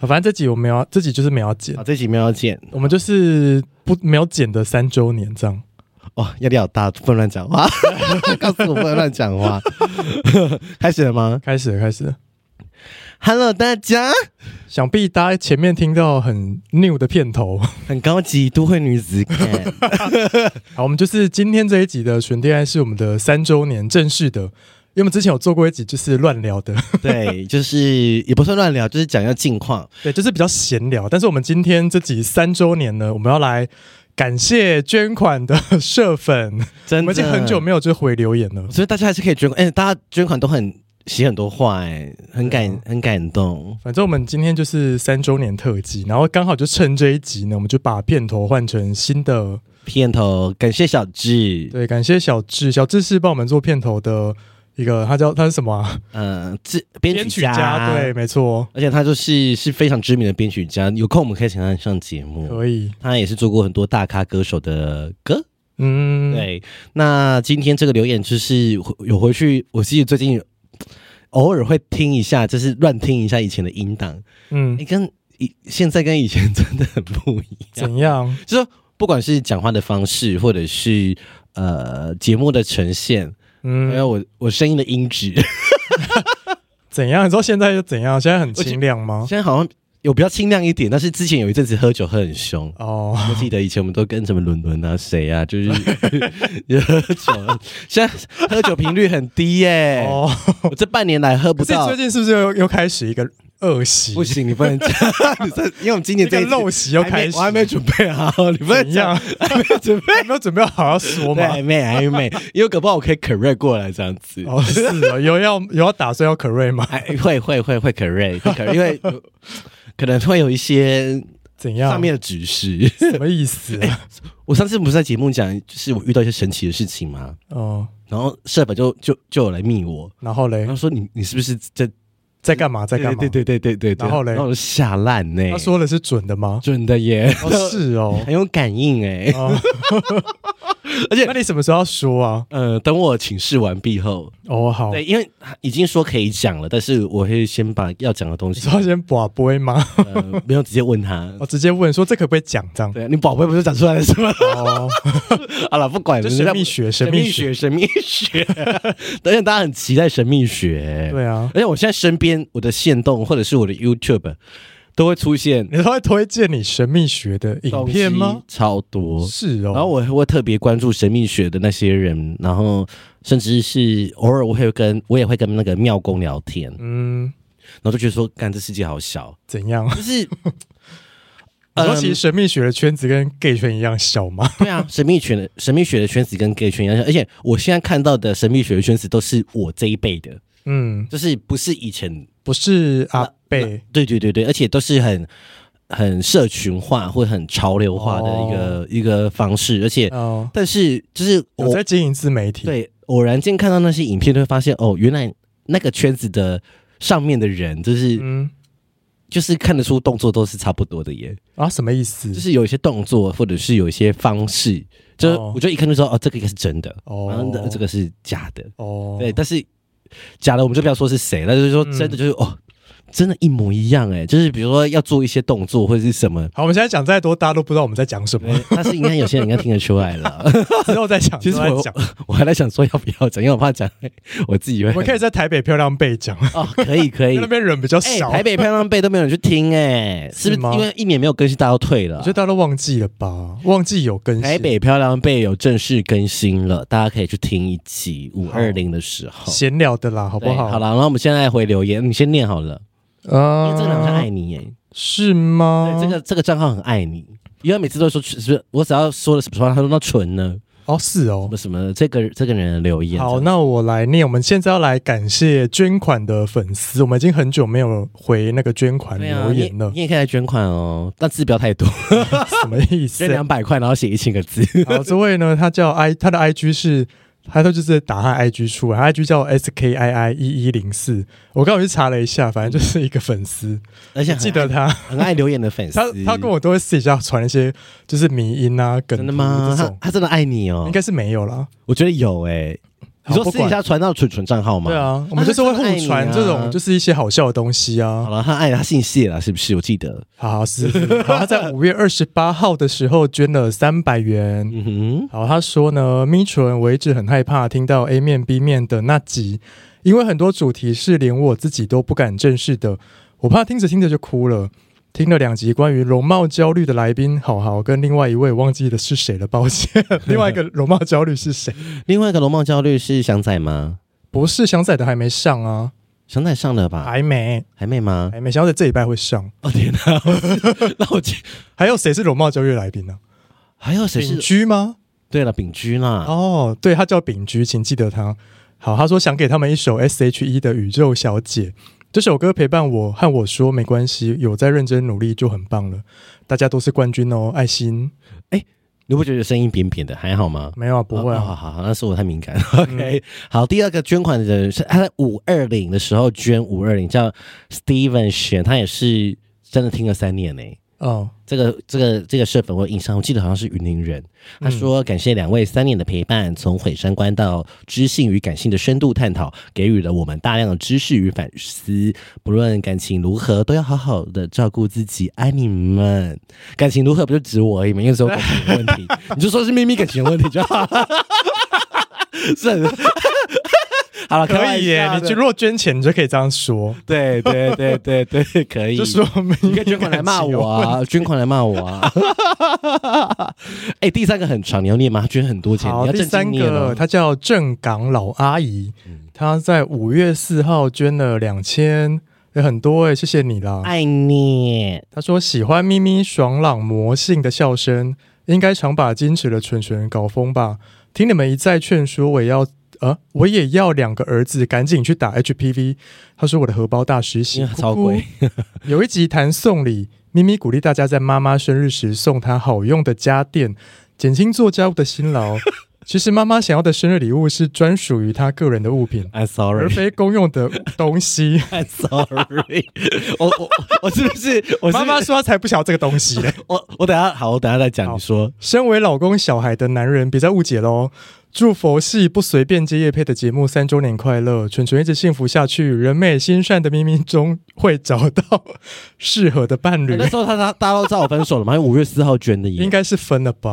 反正这集我们要，这集就是没有要剪好，，啊这集没有剪我们就是不没有剪的三周年这样。哦，压力好大，不能乱讲话。 告诉我不能乱讲话。 开始了吗开始了，开始了。 ？Hello，大家，想必大家前面听到很 new 的片头， 很高级都会女子感。好，我们就是今天这一集的选恋爱是我们的三周年正式的，因为我们之前有做过一集就是乱聊的， 对，就是也不算乱聊，就是讲一下近况。对，就是比较闲聊。但是我们今天这集三周年呢，我们要来感谢捐款的 社粉，我真的，们已经很久没有就是回留言了。所以大家还是可以捐款。哎、大家捐款都很写很多话、哎，很啊感很感动。反正我们今天就是三周年特辑，然后刚好就趁这一集呢，我们就把片头换成新的。片头感谢小智，对，感谢小智，小智是帮我们做片头的一个，他叫他是什么、啊？嗯，制编曲家，对，，没错，而且他就是是非常知名的编曲家，有空我们可以请他上节目。嗯可以，他也是做过很多大咖歌手的歌，嗯，，对。那今天这个留言就是有回去，我自己最近偶尔会听一下，就是乱听一下以前的音档，嗯哎、，跟以现在跟以前真的很不一样。怎样？就是不管是讲话的方式，或者是呃节目的呈现，还嗯，有我我声音的音质，怎样？你说现在又怎样？现在很清亮吗？ 现在好像有比较清亮一点，但是之前有一阵子喝酒喝很凶。哦，我记得以前我们都跟什么伦伦啊、谁啊，就是 也喝酒，现在喝酒频率很低耶、哦，我这半年来喝不不是到最，近是不是又又开始一个恶习不？行，你不能讲， 你这因为我们今一年这个一陋习又还没开始，我还没准备好，你不能怎讲样，？还没准备。还没有准备好要说 对，嘛暧？昧暧昧，因为搞不好我可以 correct 过来这样子。哦，是哦，有要有要打算要 c o r r e 吗？哎，会会会会 correct，会 correct，因为呃可能会有一 些怎样？上面的哎指示。什么意思？我上次不是在节目讲，就是我遇到一些神奇的事情嘛，哦，然后社本就就就有来密我，然后嘞然后，说你你是不是在在干嘛？在干嘛？嗯对对对对对对，然后嘞然后我就吓烂呢，他说的是准的 吗？准的耶，哦，是哦。很有感应哎，哦， 而且那你什么时候要说啊？呃，等我请示完毕后，哦，好，对，因为已经说可以讲了，但是我会先把要讲的东你西，说先把杯吗？呃，没有直接问他。我直接问说这可不可以讲这样？对你宝贝不是讲出来了是吗？哦，好了，不管就了，神人家秘学，神神秘秘学，学，神秘学，而且大家很期待神秘学。，对啊。而且我现在身边我的线动或者是我的 YouTube 都会出现你都会推荐你神秘学的影片东吗西？超多。是哦，然后我会特别关注神秘学的那些人，然后甚至是偶尔我会跟我也会跟那个庙公聊天，嗯，然后就觉得说，干这世界好小，怎样？就是 你说嗯其实神秘学的圈子跟 gay 圈一样小吗？对啊，神秘学的神秘学的圈子跟 gay 圈一样，而且我现在看到的神秘学的圈子都是我这一辈的，嗯，就是不是以前不是阿贝，对对对对，而且都是很很社群化或很潮流化的一个、一个方式，而且、哦，但是就是我我在经营自媒体，对偶然间看到那些影片，就会发现哦，原来那个圈子的上面的人，就是、嗯就是看得出动作都是差不多的耶，啊，什么意思就？是有一些动作或者是有一些方式，就是哦我就一看就知道哦，这个应该是真的，然后哦那，这个是假的，哦，对，但是假的我们就不要说是谁，那就是说真的嗯就是、哦，真的，一模一样哎、就是比如说要做一些动作或者是什么，好，我们现在讲再多，大家都不知道我们在讲什么，对但是应该有些人应该听得出来了。之后再讲， 其实之后再我 讲，我还在想说要不要讲，因为我怕讲我自己会我们可以在台北漂亮背讲，哦，可以可以因为 那。边人比较哎、少，台北漂亮贝都没有人去 听哎、是是不吗是因为一年没有更新，大家都退了我觉？得大家都忘记了吧？忘记有更新，台北漂亮贝有正式更新了，大家可以去听一集五二零的时候，闲聊的啦，好不对好？好，了，那我们现在回留言，你先念好了，因为啊这个人很爱你哎、是吗？对，这个这个账号很爱你，因为每次都说是不是？我只要说了什么话，他说那蠢呢，哦，是哦什，么什么，这个这个人的留言。啊好，那我来念。我们现在要来感谢捐款的粉丝，我们已经很久没有回那个捐款对啊，留你言了，你也可以来捐款哦，但字不 要太多，什么意捐 思？两百块，然后写一千个 字。好，这位呢，他叫 i，他的 IG 是，他都就是打他 IG 出来，他 IG 叫 S K I I 一一零四。我刚好去查了一下，反正就是一个粉丝，而且很记得 他，很爱留言的粉丝，他他跟我都会私底下传一些就是迷音啊、梗真的图吗？这他种， 他真的爱你哦应，该是没有啦。我觉得有哎，你好说不私底管下传到蠢蠢账号吗？对啊，我们就是会互传这种就是一些好笑的东西啊好啊。了，他爱他姓谢了，是不是？我记得，好好是，好他在五月二十八号的时候捐了三百元，嗯哼，好，他说呢，咪纯我一直很害怕听到 A 面 B 面的那集，因为很多主题是连我自己都不敢正视的，我怕听着听着就哭了。听了两集关于容貌焦虑的来宾好好跟另外一位忘记的是谁了，抱 歉。另外一个容貌焦虑是谁？另外一个容貌焦虑是翔仔吗？不是香仔的还没上啊，翔仔上了吧？还没，还没吗？还没。香仔这礼拜会上。哦天 哪！那我记还有谁是容貌焦虑的来宾呢、还有谁秉是？居吗？对了，炳居啦。哦，对，他叫秉菊，请记得他。好，他说想给他们一首 S.H.E 的《宇宙小姐》，这首歌陪伴我，和我说没关系，有在认真努力就很棒了。大家都是冠军哦，爱心你不觉得声音扁扁的？还好吗？没有啊，不会哦好啊，嗯好好，那是我太敏感。OK，、好，第二个捐款的人是他在五二零的时候捐五二零，叫 Steven 选，他也是真的听了三年呢、哦，这个这个这个社粉我有印象，我记得好像是云林人。他说：“嗯感谢两位三年的陪伴，从毁三观到知性与感性的深度探讨，给予了我们大量的知识与反思。不论感情如何，都要好好的照顾自己，爱你们。感情如何不就指我而已吗？因为只有感情的问题， 你就说是秘密感情的问题就好了。 是 很，好了，开可玩以耶笑！你的就如果捐钱，你就可以这样说，对对对对对，可以。 就说明你可以捐款来骂我啊，捐款来骂我 啊！ 哎、第三个很长，你要念吗？他捐很多钱，好，你要第正三经念个哦。她叫正港老阿姨，她在五月四号捐了两千，也很多哎，谢谢你啦。爱念，他说喜欢咪咪爽朗魔性的笑声，应该常把矜持的蠢蠢搞疯吧？听你们一再劝说，我也要呃，我也要两个儿子赶紧去打 HPV。他说我的荷包大实习因为， 超贵哭哭。有一集谈送礼，咪咪鼓励大家在妈妈生日时送她好用的家电，减轻做家务的辛 劳。其实妈妈想要的生日礼物是专属于她个人的物品， ，I'm 而 sorry，I'm 非公用的东西。 sorry，我 我我是不是我是妈妈说她才不想要这个东西嘞。我我等下好，我等下再讲。好你说身为老公小孩的男人，别再误解喽！祝佛系不随便接叶配的节目三周年快乐，蠢蠢一直幸福下去，人美心善的咪咪中会找到适合的伴侣哎那，时候他他大家都知道我分手了吗？因为五月四号捐的耶应。该是分了吧？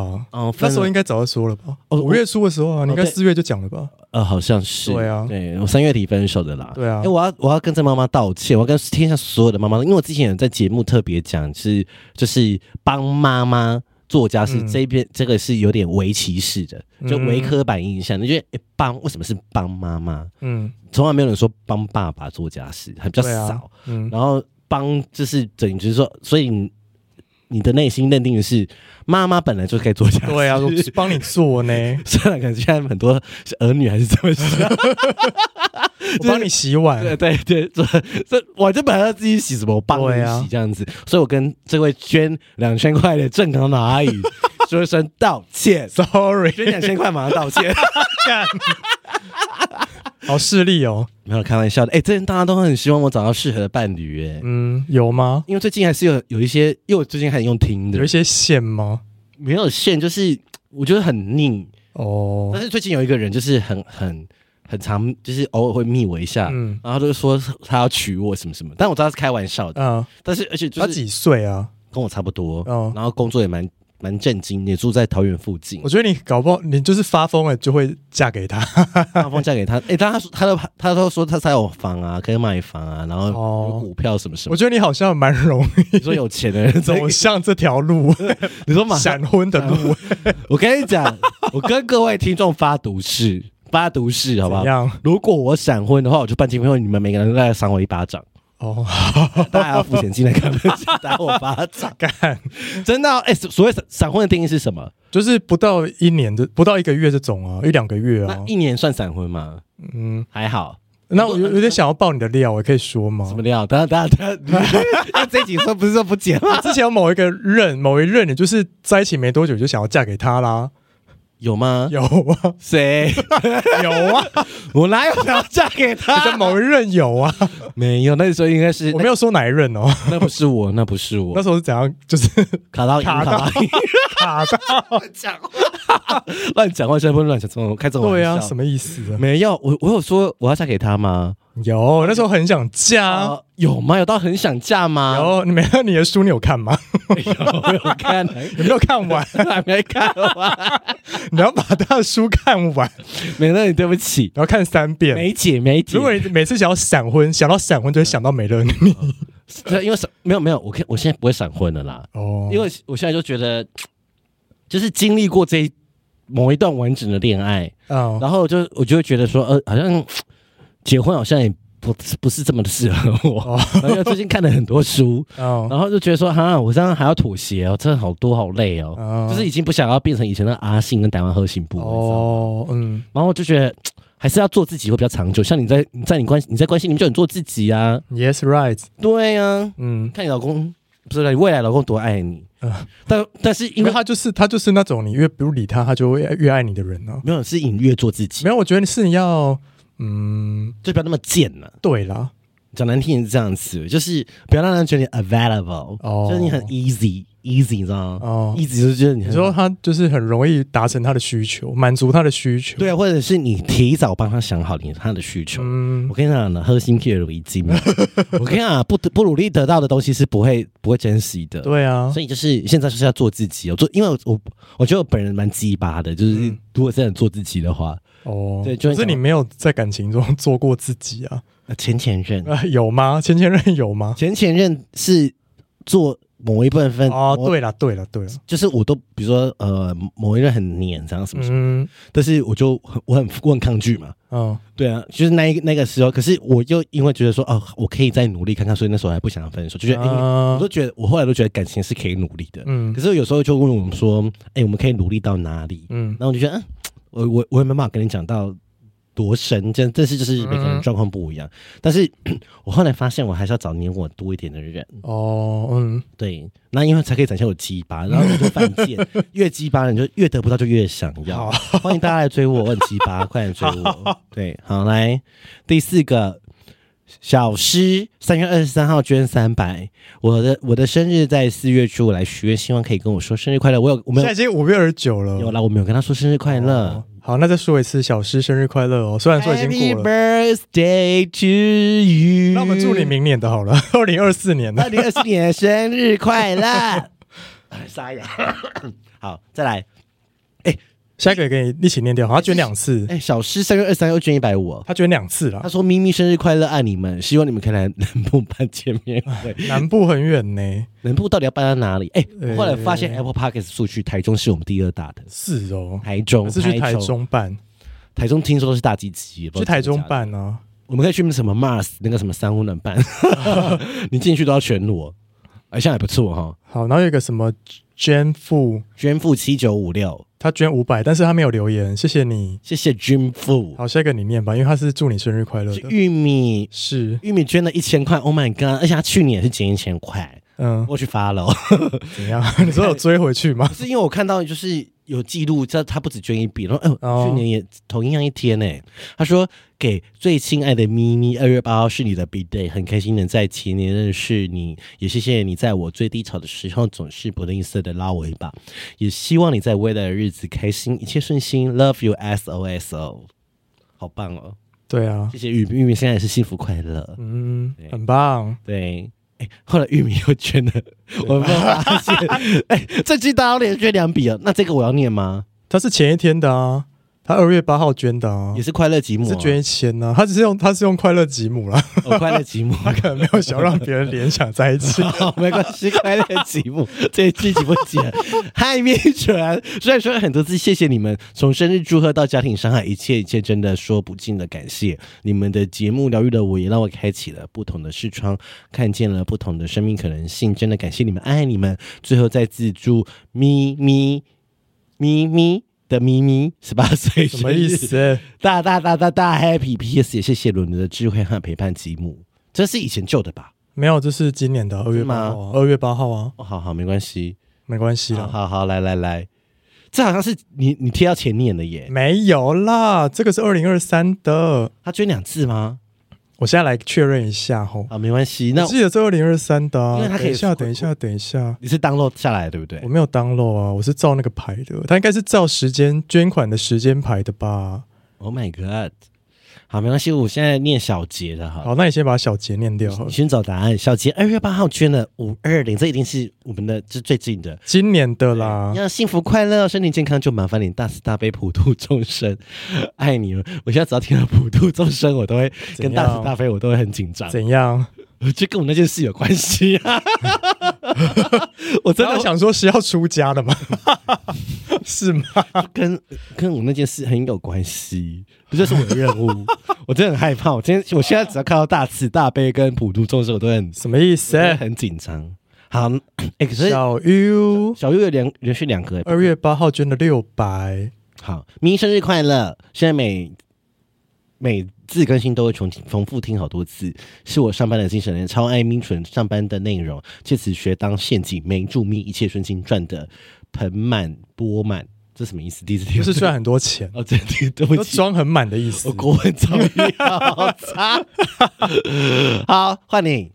那哦，分时候手应该早就说了吧？哦五月初的时候啊，你应该对四月就讲了吧？呃，好像是对啊对我三月底分手的啦。对啊哎、我要我要跟这妈妈道歉，我要跟天下所有的妈妈，因为我之前有在节目特别讲，是就是帮妈妈做家事、嗯这边，这个是有点为歧视的，就嗯为刻板印象。你觉得哎帮、为什么是帮妈妈？嗯，从来没有人说帮爸爸做家事，还比较对少。啊，嗯，然后帮就是等于就是说，所以你你的内心认定的是妈妈本来就该做家事。对啊，我帮你做呢， 虽然感觉现在很多儿女还是这么想。我帮你洗碗，对对对，这这我这本来要自己洗什么，我帮哎对你啊洗这样子，所以我跟这位捐两千块的正港 老阿姨说一声道歉， 捐 Sorry，两千块马上道 歉，干好势利哦，没有开玩笑的，哎、真的大家都很希望我找到适合的伴侣，哎、嗯，有吗？因为最近还是有有一些，因为我最近开始用听的有一，些线吗？没有线，就是我觉得很腻，哦但，是最近有一个人就是很很很常，就是偶尔会密我一下。嗯然后他就说他要娶我什么什么，但我知道他是开玩笑的，啊。但是而且就他是几岁啊？跟我差不多，哦然后工作也蛮蛮震惊，也住在桃园附近 我。觉得你搞不好，你就是发疯了就会嫁给他。阿峰嫁给他，哎、但他说他都他都说他才有房啊，可以买房啊，然后哦有股票什么什么。我觉得你好像蛮容易你说有钱的人走向这条 路，你说马上，闪婚的路，我跟你 讲，我跟各位听众发毒誓，发毒誓好不好怎？样？如果我闪婚的话，我就办结婚会，你们每个人都来赏我一 巴掌，哦，大家要付钱进来看门禁，打我 巴掌，干，真的、啊。哎、所谓闪闪婚的定义是什么？就是不到一年的，不到一个月这种啊，一两个月那啊。一年算闪婚吗？嗯，还好，那我有有点想要爆你的料，我可以说 吗什？么料？等下等下等下， 那这一集说不是说不剪吗？啊之前有某一个任，某一任，你就是在一起没多久就想要嫁给他啦， 有吗？有啊， 谁？有啊， 我哪有想要嫁给 你的他？某一任有啊，没有，那时候应该是我没有说哪一任哦， 那，那不是我，那不是 那我，时候是怎样，就是卡到卡卡 到到卡到讲话。乱讲话，现在不能乱讲这种开这种玩 对笑。啊，什么意思啊？没有，我我有说我要嫁给他吗？有，那时候很想嫁。啊，有吗？有到很想嫁吗？ 然后你没看你的书，你有看吗？有，我有看，有没有看 完？还没看 完。你要把他的书看完，美乐，你对不起，然后看三遍。梅姐，梅姐如，果你每次想要闪婚，想到闪婚就会想到美 乐你。对因为闪没有没有，我看我现在不会闪婚了啦，哦，因为我现在就觉得，就是经历过这一某一段完整的恋爱，啊，然后就我就会觉得说，呃，好像结婚好像也不不是这么的适合我。然后因为最近看了很多书，哦，然后就觉得说，哈，我这样还要妥协哦，真的好多好累哦，哦就是已经不想要变成以前的阿信跟台湾核心部。哦，哦，嗯然后我就觉得还是要做自己会比较长久。像你在你在你关你在关系里面就很做自己啊， ，Yes right，对啊，嗯，看你老公不是你未来老公多爱你，嗯但但是因因为为他就是他就是那种你越不理他，他就会越爱你的人呢。没有是隐约做自己，没有，我觉得是你要，嗯，就不要那么贱了、对啦，讲难听也是这样子，就是不要让人觉得你 available，、哦就是你很 easy easy，你知道吗？哦 easy 就是觉得你你很说他就是很容易达成他的需求，满足他的需求。，对啊，或者是你提早帮他想好你他的需求。嗯我，跟你讲呢，核心 Q 如一金 嘛，我跟你讲，不不努力得到的东西是不会不会珍惜的。对啊，所以就是现在就是要做自己哦，做因为我我我觉得我本人蛮鸡巴的，就是嗯如果真的做自己的话，哦，对就可是你没有在感情中做过自己啊？呃前前任啊， 有吗？前前任有吗？前前任是做某一部分哦，某对啦，对啦，对啦，就是我都比如说呃某一任很黏这样什么什么嗯，但是我就很我很我很抗拒嘛。哦，对啊，就是那一那个时候，可是我又因为觉得说，哦，我可以再努力看看，所以那时候还不想分手，就觉得，因为我啊都觉得，我后来都觉得感情是可以努力的。嗯可是有时候就问我们说，哎、我们可以努力到哪里？嗯然，后我就觉得，嗯，我我我也没办法跟你讲到多深，这但是就是嗯每个人状况不一样。但是 我后来发现，我还是要找黏我多一点的人，哦，嗯，对，那因为才可以展现我鸡 巴，然后我就犯贱，越鸡巴你就越得不到，就越想要。欢迎大家来追我，我很鸡巴，快点追我。对，好来第四个。小诗，三月二十三号捐三百，我的我的生日在四月初，我来许愿，希望可以跟我说生日快乐。我有我没现在有已经五月二十九了，有啦，我没有跟他说生日快乐哦。好，那再说一次，小诗生日快乐哦！虽然说已 Happy 经过了， birthday to you。那我们祝你明年的好了，二零二四年二的。零二四年生日快乐！ 哎沙哑。 好，再来。下一个也跟你一起念掉，好他捐两次，哎、小诗三月二十三又捐一百五，哦他捐两次他啦。说：“咪咪生日快乐，爱你们，希望你们可以来南部办见面会。南部很远呢，南部到底要搬到哪里？哎、我后来发现呃 Apple Park 数据，台中是我们第二大的，是哦，台中，还是去台台，中办，台中听说都是大鸡鸡，去不知道台真中的假的，办啊。我们可以去什么 Mars 那个什么三温暖 办，你进去都要全裸，哎，现在还不错哈，好，然后有一个什么捐付，捐付七九五六，他捐五百，但是他没有留言，谢谢你。谢谢捐付，好，下一个你念吧，因为他是祝你生日快乐是的。玉米。”是，玉米捐了一千块，Oh my god！而且他去年也是捐一千块，嗯，我去发了。怎样？ 你说有追回去吗？ 是因为我看到就是有记录，这他不止捐一笔，然后哎呦、哦去年也同样一天呢、他说给最亲爱的咪咪，二月八号是你的 big day，很开心能在前年认识你，也谢谢你在我最低潮的时候总是不吝啬的拉我一把，也希望你在未来的日子开心，一切顺心，Love you S O S O，好棒哦！对啊，谢谢玉米，玉米现在也是幸福快乐，嗯，很棒。对。哎，后来玉米又捐了，我没有发现。哎，这季大家连捐两笔哦，那这个我要念吗？他是前一天的啊，他二月八号捐的啊也，是快乐吉姆、啊，是捐一千呢、他只是用他是用快乐吉姆啦， 哦、快乐吉姆，他可能没有想要让别人联想在一 起。好，没关系，快乐吉 姆，这一季节目见。嗨，面传，虽然说很多次谢谢你们，从生日祝贺到家庭伤害，一切一切真的说不尽的感谢。你们的节目疗愈了我，也让我开启了不同的视窗，看见了不同的生命可能性。真的感谢你们，爱你们。最后再次祝咪咪咪咪的咪咪十八岁什么意生日 思？大大大大大 Happy PS 也谢谢伦伦的智慧和陪伴积木，这是以前旧的吧？没有，这是今年的二月是吗八号啊，二月八号啊，哦，好好没关系，没关系好啦，好好来来来，这好像是你你贴到前年的耶，没有啦，这个是二零二三的，他捐两次吗？我现在来确认一下吼，啊，没关系。那我记得最后零二三的、啊，因为它可等以一下，等一下，等一下，你是 download 下来的对不对我？没有 download 啊，我是照那个牌的，它应该是照时间捐款的时间排的吧？ Oh my god！好，没关系，我现在念小杰的哈。好，那你先把小杰念掉好你了。先找答案。小杰二月八号捐了五二零，这一定是我们的这最近的。今年的啦，要幸福快乐、身体健康，就麻烦你大慈大悲普度众生，爱你们。 我现在只要听到普度众生，我都会怎跟样大慈大悲，我都会很紧张。怎样？这跟我那件事有关系 啊！我真真的的想想说是要出家 的吗？是吗？跟跟我那件事很有关系，不就是我的任 务？我真的很害怕。我今天我现在只要看到大慈大悲跟普度众生，我都会很什么意思我？都会很紧张。好， 哎、可是小 U 小月连连续两个、二月八号捐了六哎百，好，咪生日快乐！现在每每次更新都会重重复听好多次，是我上班的精神力，超爱咪纯上班的内容，借此学当陷阱，没注咪一切顺心赚的盆满钵满，这什么意思？第一次听，不是赚很多钱哦，对对对不都 起。装很满的意思 我。国文造诣好差， 好换你。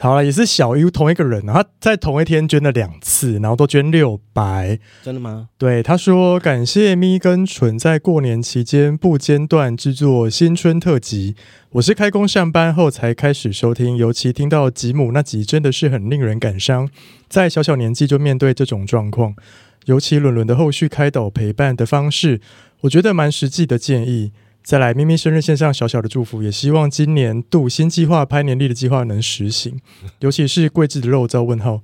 好了，也是小 U 同一个人啊，他在同一天捐了两次，然后都捐六百。真的吗？对，他说感谢咪跟纯在过年期间不间断制作新春特辑。我是开工上班后才开始收听，尤其听到吉姆那集，真的是很令人感伤。在小小年纪就面对这种状况，尤其伦伦的后续开导陪伴的方式，我觉得蛮实际的建议。再来，咪咪生日线上小小的祝福，也希望今年度新计划拍年历的计划能实行，尤其是桂枝的肉燥问号。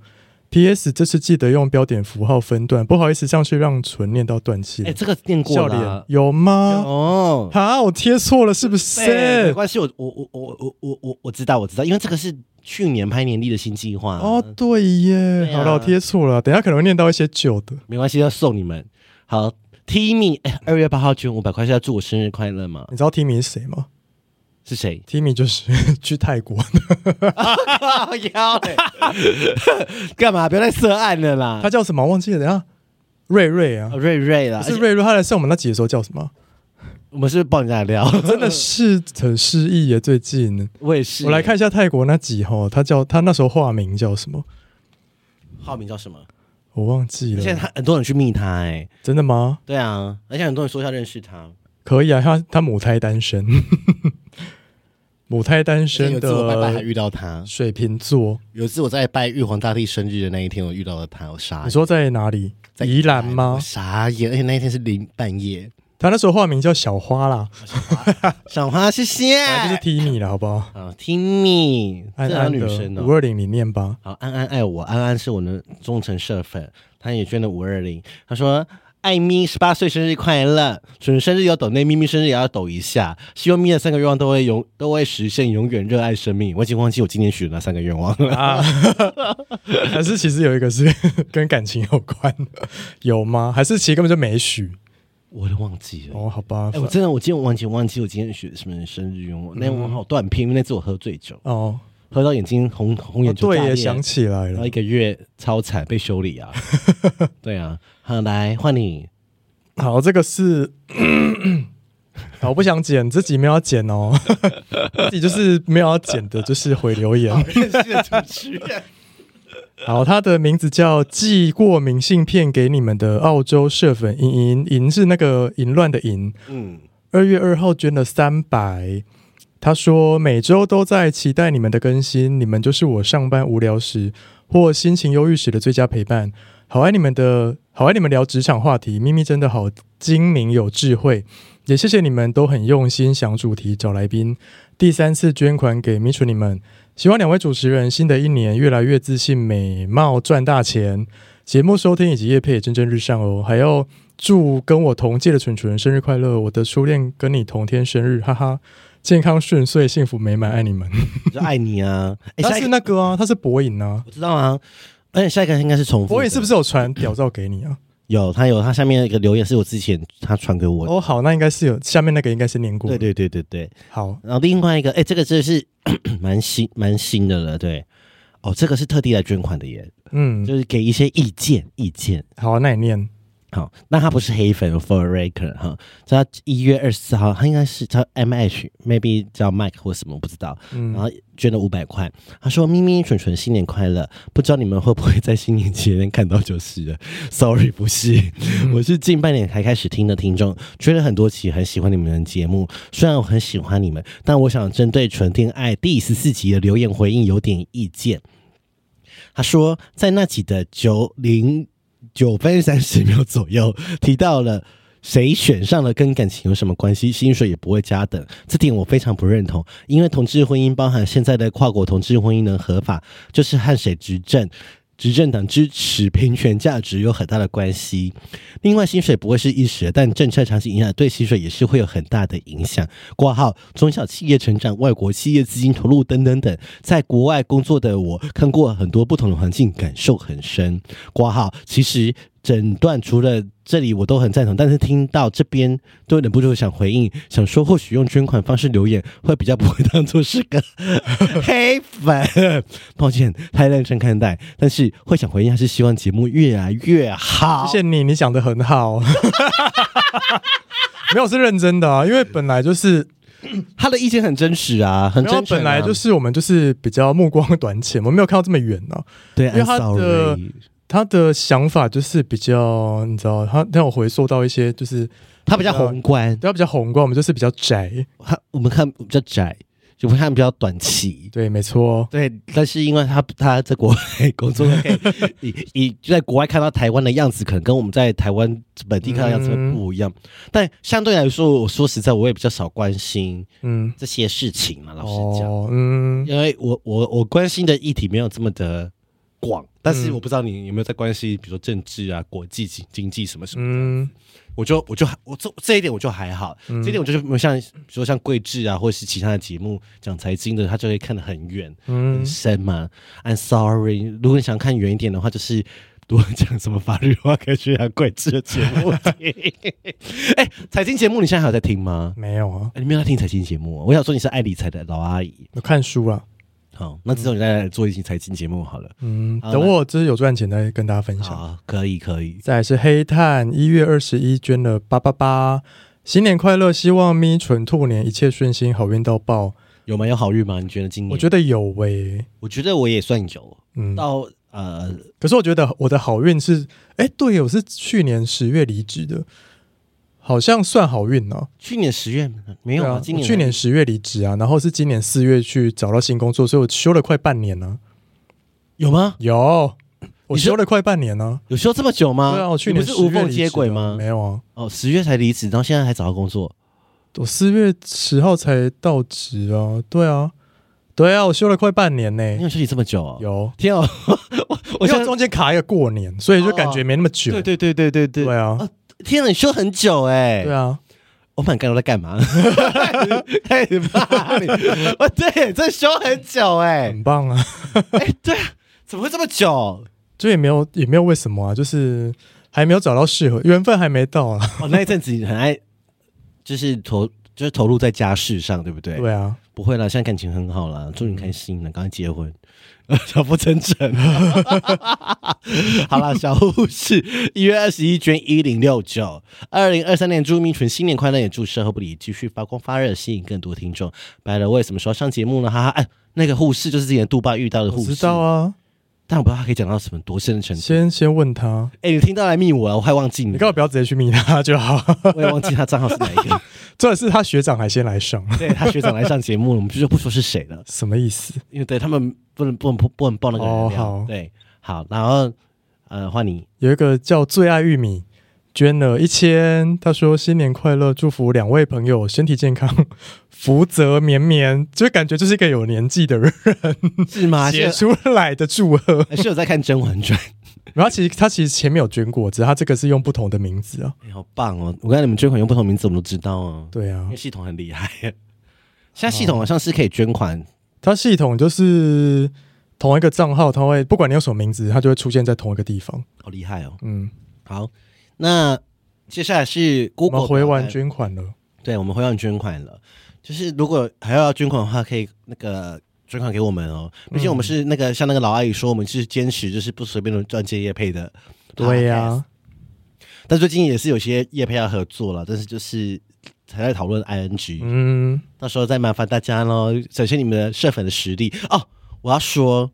P.S. 这次记得用标点符号分段，不好意思，上次让纯念到断气哎、了。这个念过笑了脸啊。有吗？哦，啊，我贴错了是不对没是？关系，我我我我我我我我知道我知道，因为这个是去年拍年历的新计划哦，对耶，对啊好了，我贴错了，等一下可能会念到一些旧的。没关系，要送你们。好，Timmy，哎，二月八号捐五百块是要祝我生日快乐吗？你知道 Timmy 是谁吗？是谁？Timmy 就是去泰国， 靠腰嘞， 干嘛？不要再涉案了啦！他叫什么？忘记了，等一下瑞瑞啊哦，瑞瑞啦，是而且瑞瑞，他来上我们那集的时候叫什么？我们是不是爆人家的料，真的是很失忆耶，最近。 我也嗯是。我来，看一下泰国那集哈，他叫他那时候化名叫什么？浩明叫什么？我忘记而且了。他很多人去密他，哎，真的吗？对啊，而且很多人说要认识他，可以啊，他他母胎单身， 母胎单身有一次我拜拜还的遇到他，水瓶座，有一次我在拜玉皇大帝生日的那一天，我遇到了他，我傻你眼，说在哪里？在宜兰我吗？傻眼，而且那一天是零半夜。他那时候化名叫小花啦，赏花，谢谢。本啊来就是 Timmy 了，好不 好？啊，Timmy，这安两安个的女生五哦。二零，你念吧。好，安安爱我，安安是我的忠诚社粉，她也捐了五二零，她说。艾咪十八岁生日快乐！准生日要抖内，咪咪生日也要抖一下。希望咪的三个愿望都会永都会实现，永远热爱生命。我已经忘记我今年许的那三个愿望了。啊， 还是其实有一个是 跟感情有关的，有吗？还是其实根本就没许？ 我都忘记了。哦，好吧哎、，我真的，我今天完全忘记我今天许的什么生日愿望。那我好断片，因为那次我喝醉酒，哦，喝到眼睛红红哦眼球对炸裂哎耶，想起来然了后一。个月超惨被修理 啊。对啊，好来换你。好，这个是， 好，我不想剪，自己没有要剪 哦，自己就是没有要剪的，就是回留 言。好，他的名字叫寄过明信片给你们的澳洲社粉银银银是那个淫乱的淫，嗯，二月二号捐了三百。他说每周都在期待你们的更新，你们就是我上班无聊时或心情忧郁时的最佳陪伴。好爱你们的，好爱你们聊职场话题，咪咪真的好精明有智慧，也谢谢你们都很用心想主题找来宾。第三次捐款给咪楚你们，希望两位主持人新的一年越来越自信、美貌、赚大钱。节目收听以及夜配也蒸蒸日上哦，还要祝跟我同届的蠢蠢生日快乐！我的初恋跟你同天生日，哈哈，健康顺遂、幸福美满，爱你们。就爱你啊。 哎、他下一是个那个啊，他是博颖啊，我知道啊，而且下一个应该是重复。博颖是不是？是有传屌照给你啊？有他有他下面一个留言是我之前他传给我的。哦，好，那应该是有，下面那个应该是念过。对，对对对对。好，然后另外一个，哎、这个真的是 蛮新蛮新的了，对。哦，这个是特地来捐款的耶，嗯，就是给一些意见意见。好，那你念。好，那他不是黑粉 for Raker 哈，他一月二十四号，他应该是叫 M H maybe 叫 Mike 或什么不知道，嗯然后捐了五百块，他说咪咪蠢蠢新年快乐，不知道你们会不会在新年期间看到就是了，sorry 不是，我是近半年才开始听的听众，追了很多期，很喜欢你们的节目，虽然我很喜欢你们，但我想针对纯恋爱第十四集的留言回应有点意见。他说在那集的九零九分三十秒左右提到了。谁选上了跟感情有什么关系？薪水也不会加等，这点我非常不认同。因为同志婚姻包含现在的跨国同志婚姻能合法，就是和谁执政、执政党支持平权价值有很大的关系。另外，薪水不会是一时的，但政策长期影响对薪水也是会有很大的影响。挂号中小企业成长、外国企业资金投入等等等，在国外工作的我看过很多不同的环境，感受很深。挂号其实整段除了这里我都很赞同，但是听到这边都忍不住想回应，想说或许用捐款方式留言会比较不会当做是个黑粉，抱歉太认真看待，但是会想回应还是希望节目越来越好。谢谢你，你讲的很好。 没有是认真的啊，因为本来就是，他的意见很真实啊，很然后真诚、啊。本来就是我们就是比较目光短浅，我没有看到这么远呢、啊。对，因为他 I'm sorry 的他的想法就是比较，你知道，他让我回溯到一些就是他比较宏观，对他比较宏观，我们就是比较窄。他我们看比较窄，就会看比较短期。对，没错。哦对，但是因为他他在国外工作，可以以以就在国外看到台湾的样子，可能跟我们在台湾本地看到的样子会不一样。嗯但相对来说，我说实在，我也比较少关心嗯，这些事情啊嘛，老实讲，哦，嗯，因为我我我关心的议题没有这么的广。嗯但是我不知道你有没有在关心，比如说政治啊、国际经经济什么什么的。嗯，我就我就还我这这一点我就还好，这一点我就是没有像比如说像桂智啊，或者是其他的节目讲财经的，他就会看得很远、嗯很深嘛。I'm sorry，如果你想看远一点的话，就是。多讲什么法律的话，可以去看桂智的节 目听。哎、财经节目你现在还有在听吗？没有啊，哎你没有在听财经节目哦、我想说你是爱理财的老阿姨。我看书啊。好，那之后你再来做一期财经节目好了。嗯，好等我就是有赚钱再跟大家分享。好，可以可以。再来是黑炭，一月二十一捐了八八八，新年快乐！希望咪蠢兔年一切顺心，好运到爆。有吗？有好运吗？你觉得今年？我觉得有喂、我觉得我也算有。嗯，嗯到呃，可是我觉得我的好运是，哎、对耶，我是去年十月离职的，好像算好运哦呢、去年十月没有对啊，啊，今我年去年十月离职啊，然后是今年四月去找到新工作，所以我休了快半年呢、有吗？有，我你是休了快半年呢、有休这么久吗？对啊，我去你年不是10月无缝离接职轨的吗没？有啊，哦，十月才离职，然后现在还找到工作，我四月十号才到职啊，对啊，对啊，我休了快半年呢、你有休息这么久、哦？，有，天哦， 我我现要在哦中间卡一个过年，所以就感觉没那么久。对对对对对对，对啊，哦天啊，你休很久哎、对啊，我满干我在 干嘛？太怕你！哦，对，这休很久哎、很棒啊， 哎、对啊，怎么会这么久？就也没有也没有为什么啊，就是还没有找到适合，缘分还没到啊。哦，那一阵子你很爱，就是投，就是投入在家事上，对不对？对啊，不会啦，现在感情很好嗯啦，祝你开心啦，赶快结婚， 小不成成。 好啦，小护士一月二十一捐一零六九，二零二三年祝明纯新年快乐，也祝社后不理继续发光发热，吸引更多听众。白了为什么说要上节目呢？哈哈，哎，那个护士就是之前杜爸遇到的我护士，知道啊，但我不知道他可以讲到什么多深的程度。先先问他，哎、你听到来密我了，我还忘记你你，干嘛不要直接去密他就好。 我也忘记他账号是哪一个。这是他学长还先来上，对他学长来上节目了，我们就不说是谁了。什么意思？因为对他们不能不能不不能爆那个哦人料，好对，好，然后 呃，换你，有一个叫最爱玉米。捐了一千，他说新年快乐，祝福两位朋友身体健康， 福泽绵绵，就感觉就是一个有年纪的人是 吗？写是哎出来的祝贺。是有在看《甄 嬛传》然后其实他其实前面有捐过，只是他这个是用不同的名字啊。哎好棒哦！我看你们捐款用不同名字，我们都知道哦，对啊因为，系统很厉害。现在系统好像是可以捐款，它系统就是同一个账号，它会不管你用什么名字，它就会出现在同一个地方。好厉害哦。嗯，好，那接下来是我 Google 们回表完单捐款了，对，我们会让捐款了。就是如果还要捐款的话，可以那个捐款给我们哦。嗯毕竟我们是那个、像啊那个老阿姨说，我们是坚持就是不随便乱接业配的。对呀、但最近也是有些业配要合作了，但是就是还在讨论 ING，、嗯，到时候再麻烦大家喽，展现你们的社粉的实力哦。我要说，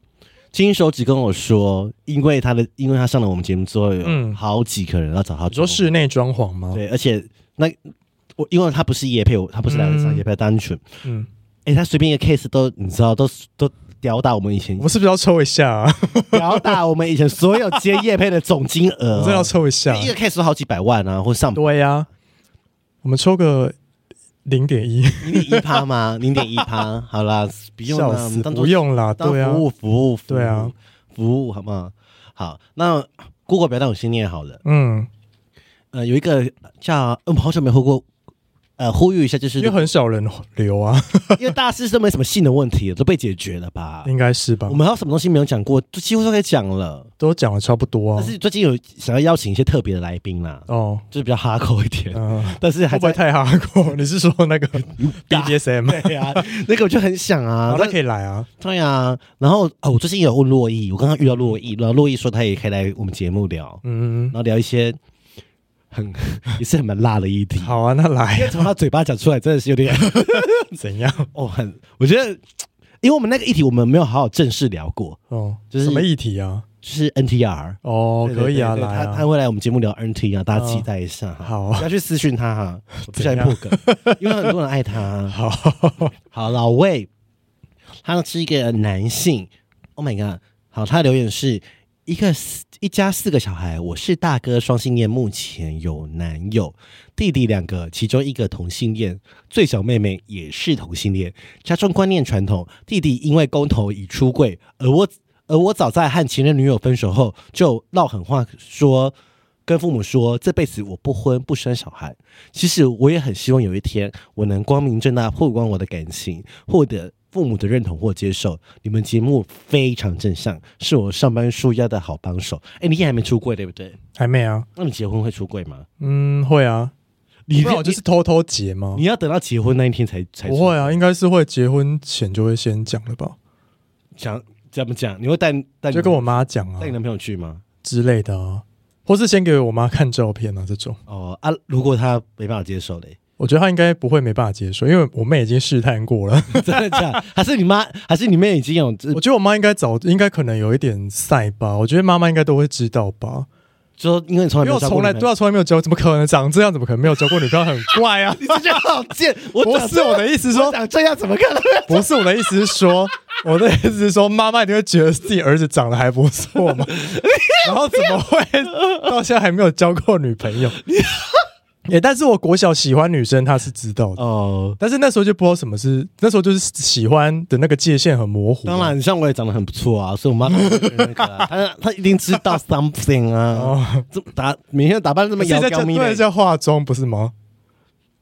金手指跟我说，因为他的，因为他上了我们节目之后，有嗯好几个人要找他你说做，室内装潢吗？对，而且那我因为他不是叶配，我他不是来上嗯叶配，单纯，嗯，哎、他随便一个 case 都你知道，都都吊打我们以前 我们是不是要抽一下啊？吊打我们以前所有接叶配的总金我额、们真的要抽一下。啊一个 case 都好几百万啊，或上百对呀、我们抽个零点一，零点一趴吗？零点一 趴，好啦，不用笑啦，我死，们当做不用啦，当对啊服，务服务服务对啊服务好吗？好，那 Google 表单我先念好了。嗯，呃，有一个叫嗯，我好久没喝过，呃，呼吁一下，就是因为很少人留啊，因为大师都没什么性的问题了，都被解决了吧？应该是吧啊我？们还有什么东西没有讲过？就几乎都可以讲了。都讲的差不多啊但。是最近有想要邀请一些特别的来宾啦，哦，就是比较哈口一点，嗯、但是会还不会太在哈 过？你是说那个 BDSM？对啊， 那个我就很想啊好，，那那可以来啊。对啊，然后哦，我最近有问洛毅，我刚刚遇到洛毅，然后洛毅说他也可以来我们节目聊，嗯然，后聊一些很也是很蛮辣的议题， 好啊，那因来为从他嘴巴讲出来真的是有点 怎样？哦，很我觉得，因为我们那个议题我们没有好好正式聊过，哦，就是什么议题啊？就是 NTR。哦，对对可以啊，对对来他他啊，会来我们节目聊 NT 啊，大家期待一下哈。好不要去私讯他哈，我不小怎心样破梗， 因为很多人爱他。啊好，好，老魏，他是一个男性。Oh my god！好，他的留言是一个四一家四个小孩，我是大哥，双性恋，目前有男友，弟弟两个，其中一个同性恋，最小妹妹也是同性恋。家中观念传统，弟弟因为公投已出柜，而我而我早在和前任女友分手后，就撂狠话说。跟父母说这辈子我不婚不生小孩，其实我也很希望有一天我能光明正大曝光我的感情，获得父母的认同或接受。你们节目非常正向，是我上班舒压的好帮手。哎，你也还没出柜对不对？还没啊？那你结婚会出柜吗？嗯，会啊。你不然我就是偷偷结吗你？要等到结婚那一天才才不出会啊，应该是会结婚前就会先讲了吧？讲怎么讲？你会带带你就跟我妈讲啊带你男朋友去吗？之类的啊，或是先给我妈看照片啊这种。哦啊，如果他没办法接受嘞， 我觉得她应该不会没办法接受，因为我妹已经试探过了。真的假的？还是你妈？还是你妹已经有这我觉得我妈应该早，应该可能有一点赛吧。我觉得妈妈应该都会知道吧，就因为你从因来没为有我交过从来对女朋友啊，从来没有交，怎么可能长这样？怎么可能没有交过女朋友？很怪啊！ 你这就好贱！我不长是我的意思是我说，长这样怎么 可能？不是我的意思是说， 我的意思是说，妈妈一定会觉得自己儿子长得还不错 嘛，然后怎么会到现在还没有交过女朋 友？也、但是我国小喜欢女生，她是知道的，哦，但是那时候就不知道什么是，那时候就是喜欢的那个界限很模糊。啊当，然，像我也长得很不错啊，所以我妈啊她她一定知 道 something 啊。哦，这么打每天打扮得这么现摇在高叫咪对的，叫化妆不是吗？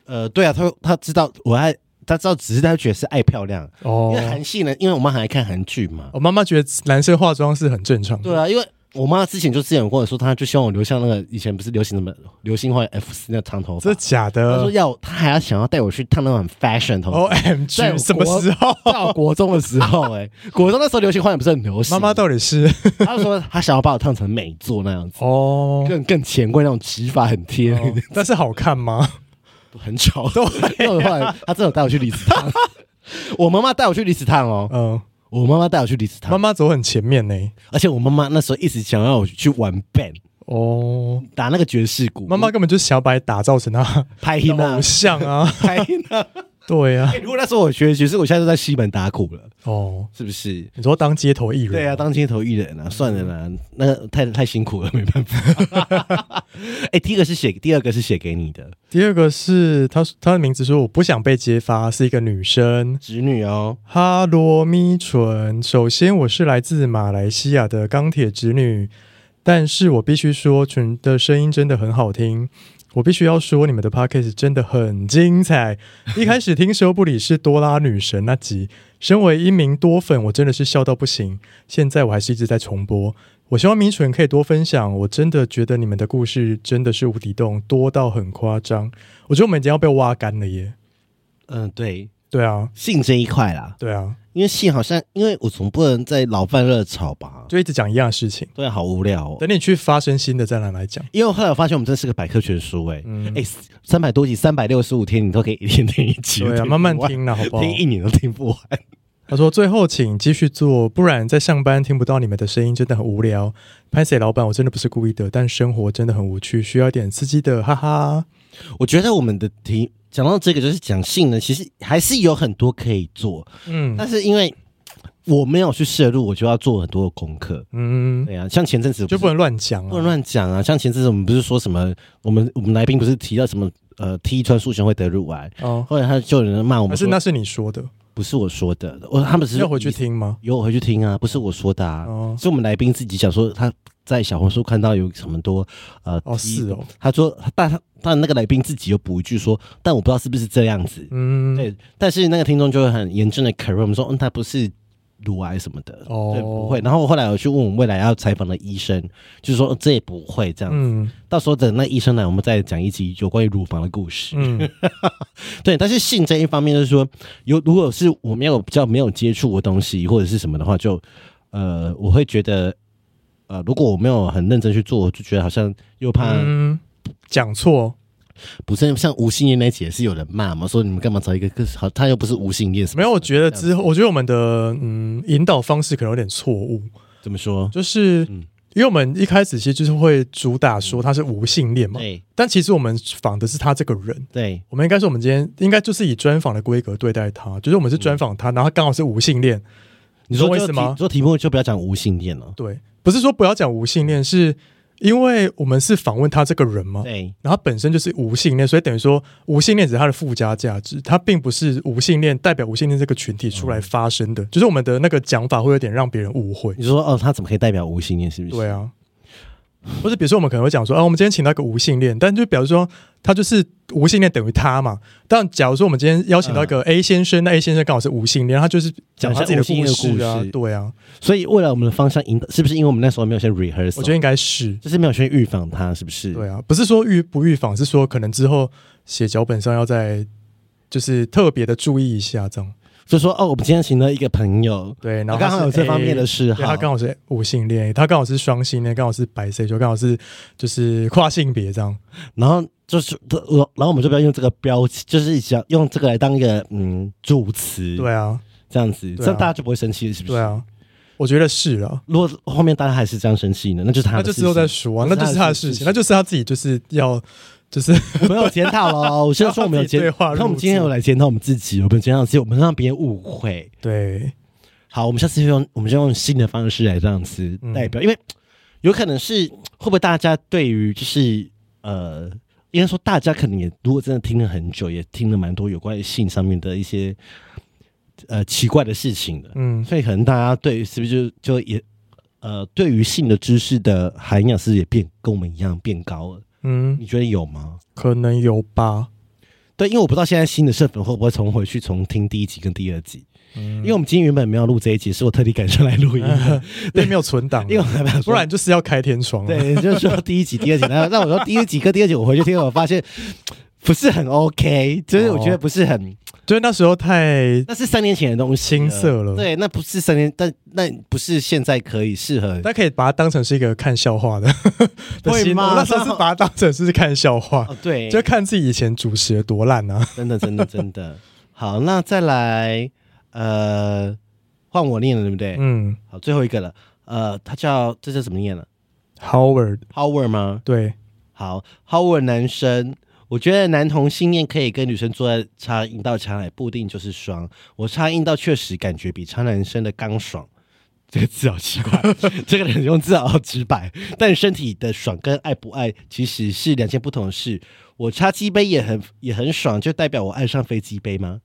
呃，对啊，她她知道我爱，她知道只是她觉得是爱漂亮，因哦为，韩系呢，因为我妈很爱看韩剧嘛。我妈妈觉得男生化妆是很正常的。对啊，因为我妈之前就之前有跟我说，她就希望我留下那个以前不是流行什么流星花园 F 四那长头发真的，假她说的要她还要想要带我去烫那种很 fashion 头？O 发。 M 在 G，我什么时候？到国中的时候、哎，国中那时候流星花园不是很流行？妈妈到底是她就说她想要把我烫成美作那样子。哦，更更前卫那种指法很贴，哦 但是好看吗？很丑。 对、后来他真的带我去离子烫，我妈妈带我去离子烫哦，嗯。我妈妈带我去离子妈烫，妈走很前面呢、而且我妈妈那时候一直想要我去玩 band，哦，打那个爵士鼓，妈妈根本就是想要把你打造成她拍音的啊偶。像啊。 拍音啊！ 对啊哎，如果那时候我学爵士，我现在都在西门打鼓了，哦，是不是？你说当街头艺人？对啊，，当街头艺人啊，算了啦，那个太太辛苦了，没办法。 哎、第一个是写，第二个是写给你的第二个是她，她的名字说我不想被揭发，是一个女生。侄女哦，哈罗咪纯，首先我是来自马来西亚的钢铁直女，但是我必须说，纯的声音真的很好听。我必须要说，你们的 podcast 真的很精彩。一开始听修布里是多拉女神那集，身为一名多粉，我真的是笑到不行。现在我还是一直在重播。我希望咪纯可以多分享，我真的觉得你们的故事真的是无底洞，多到很夸张。我觉得我们已经要被挖干了耶。嗯、对，对啊，性这一块啦，对啊，因为戏好像，因为我总不能在老饭热炒吧，就一直讲一样的事情。对啊，好无聊哦。等你去发生新的再拿来讲。因为我后来我发现我们真是个百科全书哎、嗯哎，三百、多集，三百六十五天你都可以一天听一集，对啊，不慢慢完，听啦，好不好？听一年都听不完。他说：“最后请继续做，不然在上班听不到你们的声音，真的很无聊。拍谁老板，我真的不是故意的，但生活真的很无趣，需要一点刺激的，哈哈。我觉得我们的题讲到这个就是讲性呢，其实还是有很多可以做，嗯”但是因为我没有去摄入，我就要做很多的功课。嗯对啊，像前阵子就不不是能乱讲不能啊。乱讲啊，像前阵子我们不是说什么，我们我们来宾不是提到什么呃踢穿数学会得乳癌，哦，后来他就有人嗯骂我可们是说那是你说的，不是我说的，我他们只是要回去听吗？有我回去听啊，不是我说的啊，哦是我们来宾自己讲说他在小红书看到有什么多呃哦，踢是哦，他说，但他但那个来宾自己又补一句说，但我不知道是不是这样子。嗯，对，但是那个听众就会很严正的 correct 我们说，嗯，他不是乳癌什么的，哦对，不会。然后我后来我去问我们未来要采访的医生，就是说、嗯这也不会这样。嗯到时候等那医生来，我们再讲一集有关于乳房的故事。 嗯，对，但是性这一方面就是说，有如果是我没有比较没有接触过东西或者是什么的话，就呃，我会觉得。呃，如果我没有很认真去做，我就觉得好像又怕嗯，讲错不是像无性恋那一集也是有人骂嘛，说你们干嘛找一个个好，他又不是无性恋，什没么有？我觉得之后，我觉得我们的嗯引导方式可能有点错误，怎么说？就是嗯因为我们一开始其实就是会主打说他是无性恋嘛，对但其实我们仿的是他这个人。对，我们应该说，我们今天应该就是以专访的规格对待他，就是我们是专访他，然后他刚好是无性恋，嗯你说懂我就意思吗哦题说题目就不要讲无性恋了，对，不是说不要讲无性恋，是因为我们是访问他这个人嘛，嗯对然后他本身就是无性恋，所以等于说无性恋只是他的附加价值，他并不是无性恋代表无性恋这个群体哦出来发生的，就是我们的那个讲法会有点让别人误会。你说哦，他怎么可以代表无性恋？是不是？对啊，或者比如说我们可能会讲说，啊，我们今天请到一个无性恋，但就表示说他就是无性恋等于他嘛。但假如说我们今天邀请到一啊个 A 先生，那 A 先生刚好是无性恋，他就是讲他自己的故讲一事下无性恋啊的故事，对啊，所以未来我们的方向引导，是不是因为我们那时候没有先 rehearsal？我觉得应该是。就是没有先预防他，是不是？对啊，不是说预不预防，是说可能之后写脚本上要再就是特别的注意一下这样。所以说哦，我们今天请了一个朋友，对，然后他啊刚好有是这方面的 A，嗜对好，他刚好是无性恋，他刚好是双性恋，刚好是白 C，就刚好是就是跨性别这样。然后就是我，然后我们就不要用这个标签，就是想用这个来当一个嗯助词，对，啊，这样子，对啊这样大家就不会生气，是不是？对啊，我觉得是啊了。如果后面大家还是这样生气呢，那就是他那的就事之后情再说啊，那就是他的事情，那就是他自己就是要就是 我们有检讨喽。我现在说我们有检对话讨，入那我们今天有来检讨我们自己，我们检讨自己，我们让别人误会。对，好，我们下次就用我们就用新的方式来这样子嗯代表，因为有可能是会不会大家对于就是呃，应该说大家可能也如果真的听了很久，也听了蛮多有关于性上面的一些呃奇怪的事情的，嗯，所以可能大家对是不是就就也呃对于性的知识的涵养是不是也变跟我们一样变高了？嗯，你觉得有吗？可能有吧，对，因为我不知道现在新的社粉会不会重回去重听第一集跟第二集，嗯因为我们今天原本没有录这一集，是我特地赶上来录音的，对，没有存档啊，因为我害怕不然就是要开天窗啊。 对，就是说第一集、第二集，然后那我说第一集跟第二集，我回去听，我发现不是很 OK，就是我觉得不是很，就是那时候太那是三年前的东西，哦青涩了，，对，那不是三年，但那不是现在可以适合。大家可以把它当成是一个看笑话的 的会心吗我那时候是把它当成是看笑话， 哦，对，就看自己以前主持的多烂啊。真的，真的，真的。好，那再来，呃，换我念了，对不对？嗯好，最后一个了。呃，他叫这叫怎么念了，Howard， ？Howard 吗？对，好，Howard 男生，我觉得男同性恋可以跟女生做爱插阴道插奶，不一定就是爽。我插阴道确实感觉比插男生的刚爽。 这个字好 奇怪，这个人用字好直白，但身体的爽跟爱不爱其实是两件不同的事。我插鸡杯也很也很爽，就代表我爱上飞机杯吗？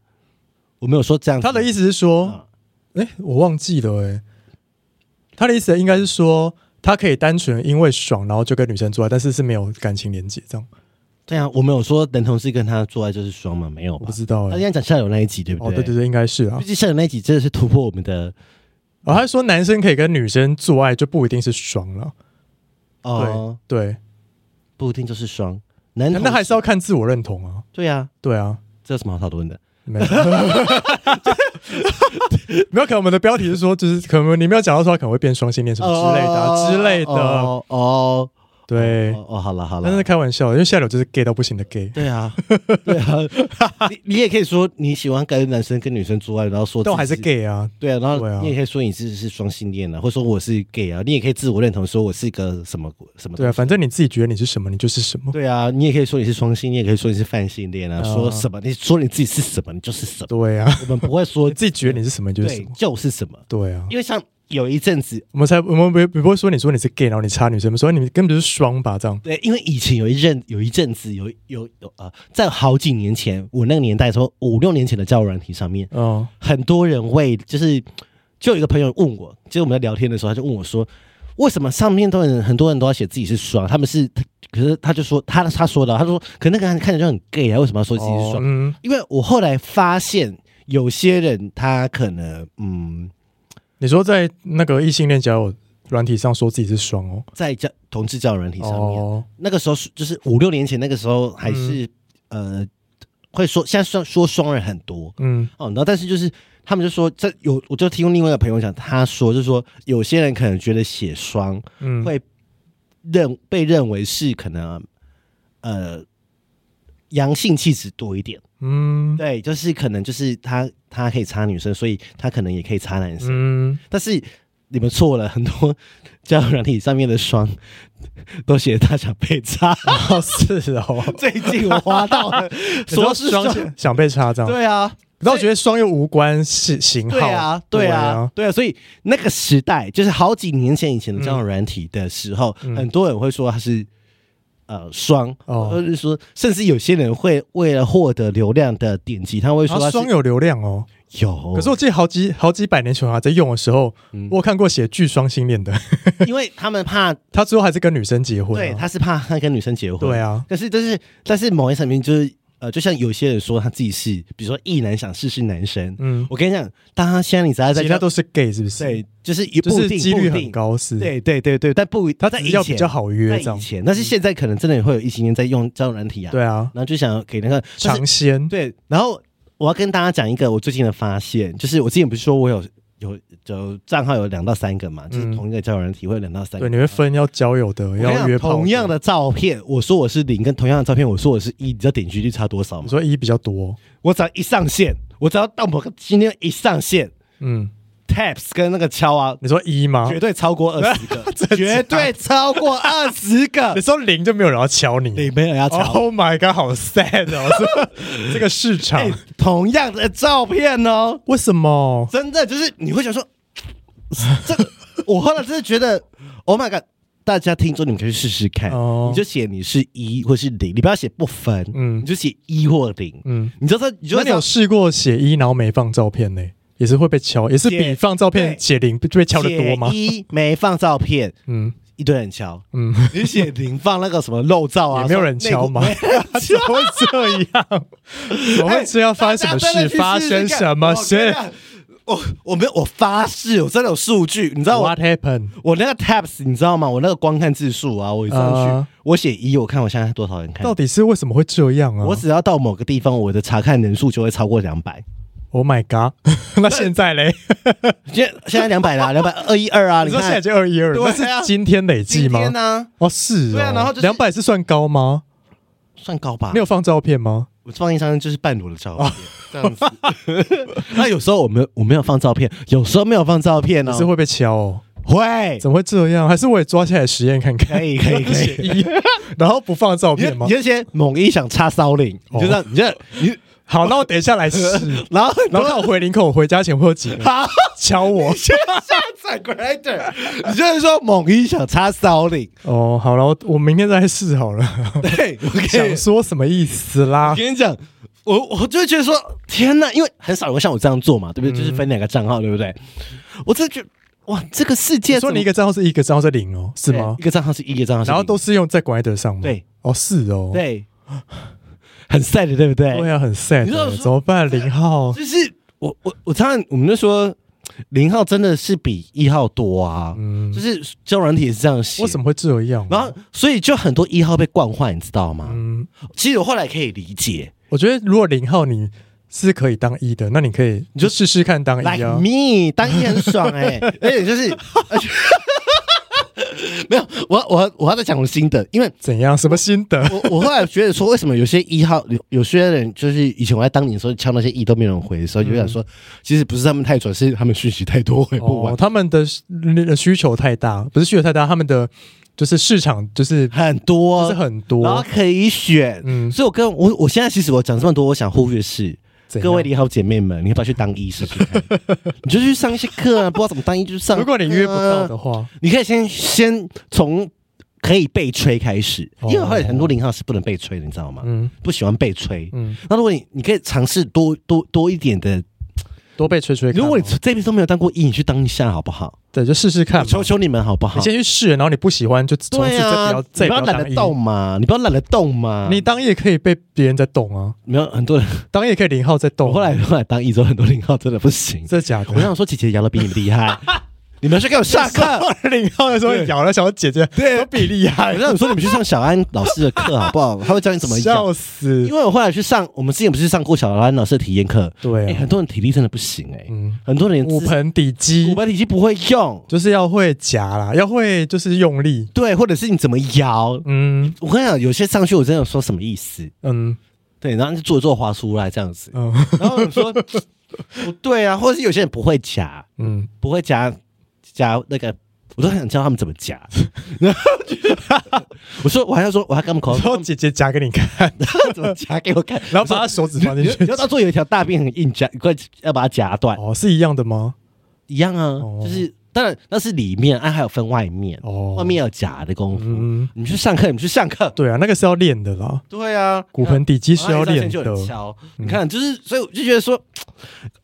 我没有说这样子，他的意思是啊说，哎、我忘记了、诶，哎，他的意思应该是说，他可以单纯因为爽，然后就跟女生做爱，但是是没有感情连接，这样对啊，我没有说男同事跟他做爱就是爽吗？没有我吧不？知道、他诶。今天讲校友那一集对不哦，对对对，应该是啊毕。竟校友那一集真的是突破我们的哦，他说男生可以跟女生做爱，就不一定是爽了。哦，对，不一定就是双。男同那还是要看自我认同啊。对啊，对啊，这有什么好讨论的？没有， 没有。可能我们的标题是说，就是可能你没有讲到说他可能会变双性恋什么之类的啊、之类的。哦哦，对，哦哦，好了好但了是。开玩笑的，因为下流就是 gay 到不行的 gay。对啊，对啊，你你也可以说你喜欢跟男生跟女生做爱，然后说但我自还是己 gay 啊，对啊，对然后啊你也可以说你自己是双性恋啊，或者说我是 gay 啊，你也可以自我认同说我是一个什么什么对东啊，西反正你自己觉得你是什么，你就是什么。对啊，你也可以说你是双性恋，也可以说你是泛性恋啊，啊说什么你说你自己是什么，你就是什么，对啊，我们不会说 你自己觉得你是什么，你就是 对什么。就是什么，对啊，因为像有一阵子。我们才我们不不会说你说你是 gay，然后你插女生，我们说你们根本就是双吧这样。对，因为以前有一阵有一阵子有有有呃，在好几年前，我那个年代说五六年前的交友软体上面，嗯，很多人会就是，就有一个朋友问我，就是我们在聊天的时候，他就问我说，为什么上面都很很多人都要写自己是双，他们是，可是他就说他他说的，他说，可那个人看起来就很 gay 啊，为什么要说自己是哦双？嗯，因为我后来发现有些人他可能嗯，你说在那个异性恋交友软体上说自己是双哦，在教同志教软体上面，哦，那个时候是就是五六年前，那个时候还是、呃会说现在说说双人很多，嗯哦，然后但是就是他们就说这有，我就听另外一个朋友讲，他说就是说有些人可能觉得写双嗯，会认被认为是可能呃阳性气质多一点，嗯对，就是可能就是他他可以插女生，所以他可能也可以插男生， 嗯，但是。你们错了，很多交友软体上面的双都写他想被插。哦是哦， 最近我挖到了，说是你双说，哦想被插这样，对啊，但我觉得双又无关是型号，对啊，对啊，，对啊，所以那个时代就是好几年前以前的交友软体的时候，嗯很多人会说它是呃双，哦或者是说，甚至有些人会为了获得流量的点击，他会然说后它是双有流量哦。有，可是我记得好几好几百年前我还在用的时候，嗯我有看过写巨双性恋的， 因为他们怕，他最后还是跟女生结婚、哦对，他是怕他跟女生结婚，啊对。啊，可是，但是，但是某一层面就是呃，就像有些人说他自己是，比如说异男想试试男生，嗯，我跟你讲，大家现在你只要在其他都是 gay 是不是？，对，就是也就不一是定几率不一很定高是，，对对对对，但不他在只以是要比前较好在约这以样，前，但是现在可能真的会有异性恋在用交友软体啊，对啊，然后就想给那个但是尝鲜，对，然后我要跟大家讲一个我最近的发现，就是我之前不是说我有有有账号有两到三个嘛，就是嗯同一个交友软体会有两到三个。对，你会分要交友的，我跟你要讲约炮，同样，的照片，我说我是零，跟同样的照片我说我是一，你知道点击率差多少你吗？说一比较多，我只要一上线，我只要到某个今天一上线嗯， ，taps 跟那个敲啊，你说一吗？绝对超过二十 个真，的绝对超过二十个哦你。说零就没有人要敲 你，你没有要吵。 Oh my god，好 sad 哦！ 这这个市场、 哎同样的照片哦，为什么？真的就是你会想说， 这个我后来真的觉得，Oh my god！大家听说你们可以试试看，哦你就写你是一或是零，你不要写不分，嗯你就写一或零，嗯，你知道这，你就那会你有有试过写一然后没放照片呢、也是会被敲，也是写比放照片对写零被被敲的多吗？一没放照片，嗯一堆人敲，嗯，你写零放那个什么漏照啊，也没有人敲 吗？内裤怎么会这样？怎么会这样？发生什么哎大家事？真的去试试发生什么事看？啊我跟你讲我我没有我发誓，我真的有数据，你知道我？What happened？我那个 tabs 你知道吗？我那个观看字数啊，我一上去，啊我写一，我看我现在多少人看到。底是为什么会这样啊我只要到某个地方，我的查看人数就会超过两百。 ？Oh my god！那 现在嘞？现在现在两百啦，两百二一二 啊，你你说现在看就二一二，对那啊是今天累计今吗？天呢哦，是哦，对啊然后就是两百是算高吗？算高吧？你有哦放照片吗？我放一张就是半裸的照片，这样子。 那有时候我们我没有放照片，有时候没有放照片你呢、是会被敲哦？会怎么会这样？还是我也抓起来实验看看？可以可以可以。一，然后不放照你片就吗你？就先猛一想插骚领，哦你就这样，你就你，好，那我等一下 来试。然后然后看我回林口，我回家前会有几个人好。敲我。 下载 Grinder，你就是说猛一想插骚领，哦，好了，我我明天再试好 了。对，我跟想你说什么意思我啦？跟你讲，我我就会觉得说，天哪，因为很少人会像我这样做嘛，嗯对不对？就是分两个账号，对不对？我真的觉得，哇，这个世界你说你一个账号是一个账号是零哦，是怎么吗对一？个账号是一个账号是零，然后都是用在 Grinder 上吗？对，哦是哦，对，很 sad，对不对？对啊，很 sad，你知道欸说怎么办？零号就是哦我我我常常我们就说。零号真的是比一号多啊，就是交友软体也是这样写，嗯为什么会这样？然后，所以就很多一号被惯坏，你知道吗？嗯，其实我后来可以理解，我觉得如果零号你是可以当一的，那你可以你就试试看当一 Like 啊。 me，当一很爽哎、而且就是， 而且没有，我我我要再讲我新的，因为怎样？什么心得？我我后来觉得说，为什么有些一号有有些人就是以前我在当你的时候敲那些一都没有人回的时候，嗯就想说，其实不是他们太准，是他们讯息太多回不完，哦，他们的呃需求太大，不是需求太大，他们的就是市场就是很多就是很然后多。可以选。嗯，所以我跟我我现在其实我讲这么多，我想呼吁的是。怎样各位你好姐妹们，你要不要去当医试试看？ 你就去上一些课啊，不知道怎么当医就去上。啊如果你约不到的， 话，你可以先先从可以被吹开始，哦因为后来很多零号是不能被吹的，你知道吗？嗯不喜欢被吹。嗯，那如果你你可以尝试多多多一点的，多被吹吹看哦。如果你这辈子都没有当过一，你去当一下好不好？对，就试试看我嘛。求求你们好不好你？先去试，然后你不喜欢就从此对再不啊要，你再不要懒当得一。动嘛，你不要懒得动嘛。你当一也可以被别人在动啊，没有很多人，当一也可以零号在动我啊。后来后来当一之后，很多零号真的不行。这假的， 我想说，姐姐摇的比你们厉害， 你们去给我下课。零号的时候对咬了小姐姐，对都比厉害 我，让你说，你们去上小安老师的课好不好？他会教你啊 怎么笑。摇死因。为我后来去上，我们之前不是上过小安老师的体验课，对哎，啊，很多人体力真的不行哎，嗯，很多人骨盆底骨肌盆体肌不会用，就是要会夹啦，要会就是用力。对，或者是你怎么摇。嗯我跟你讲，有些上去我真的有说什么意思，嗯对，然后就做做滑出来这样子，嗯然后你说 不对啊，或者是有些人不会夹， 嗯，不会夹夹那个，我都很想教他们怎么夹。 然后就我说我还要说，我还跟他们口 然后姐姐夹给你 看，怎么夹给我看， 然后把她手指放进你就你去就。当做有一条大便很硬夹，你快要把它夹断， 哦，是一样的吗？一样啊，哦就是当然那是里面，啊还有分外面，哦，外面有夹的功夫。嗯，你去上课，你去上课，对啊，那个是要练的啦，对啊，骨盆底肌是要然后一上练线就很的。嗯敲。啊你看，就是所以我就觉得说，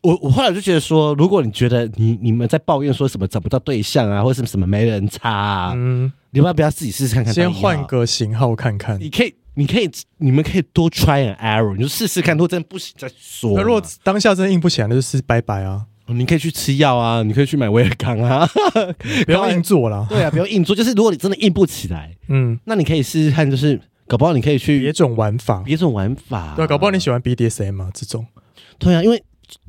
我我后来就觉得说，如果你觉得你你们在抱怨说什么找不到对象啊，或者什么什么没人插、啊，嗯，你们要不要自己试试看看？先换，个型号看看。你可以。你可以，你们可以多 try an error，你就试试看。如果真的不行再说嘛。哦那如果当下真的硬不起来，那就是拜拜啊，你可以去吃药啊，你可以去买威尔 刚啊。不要硬做啦。对啊， 不要硬做。就是如果你真的硬不起来，嗯，那你可以试试看，就是搞不好你可以别去种玩法，别种玩法。对啊，搞不好你喜欢 BDSM 啊这种。对啊，因为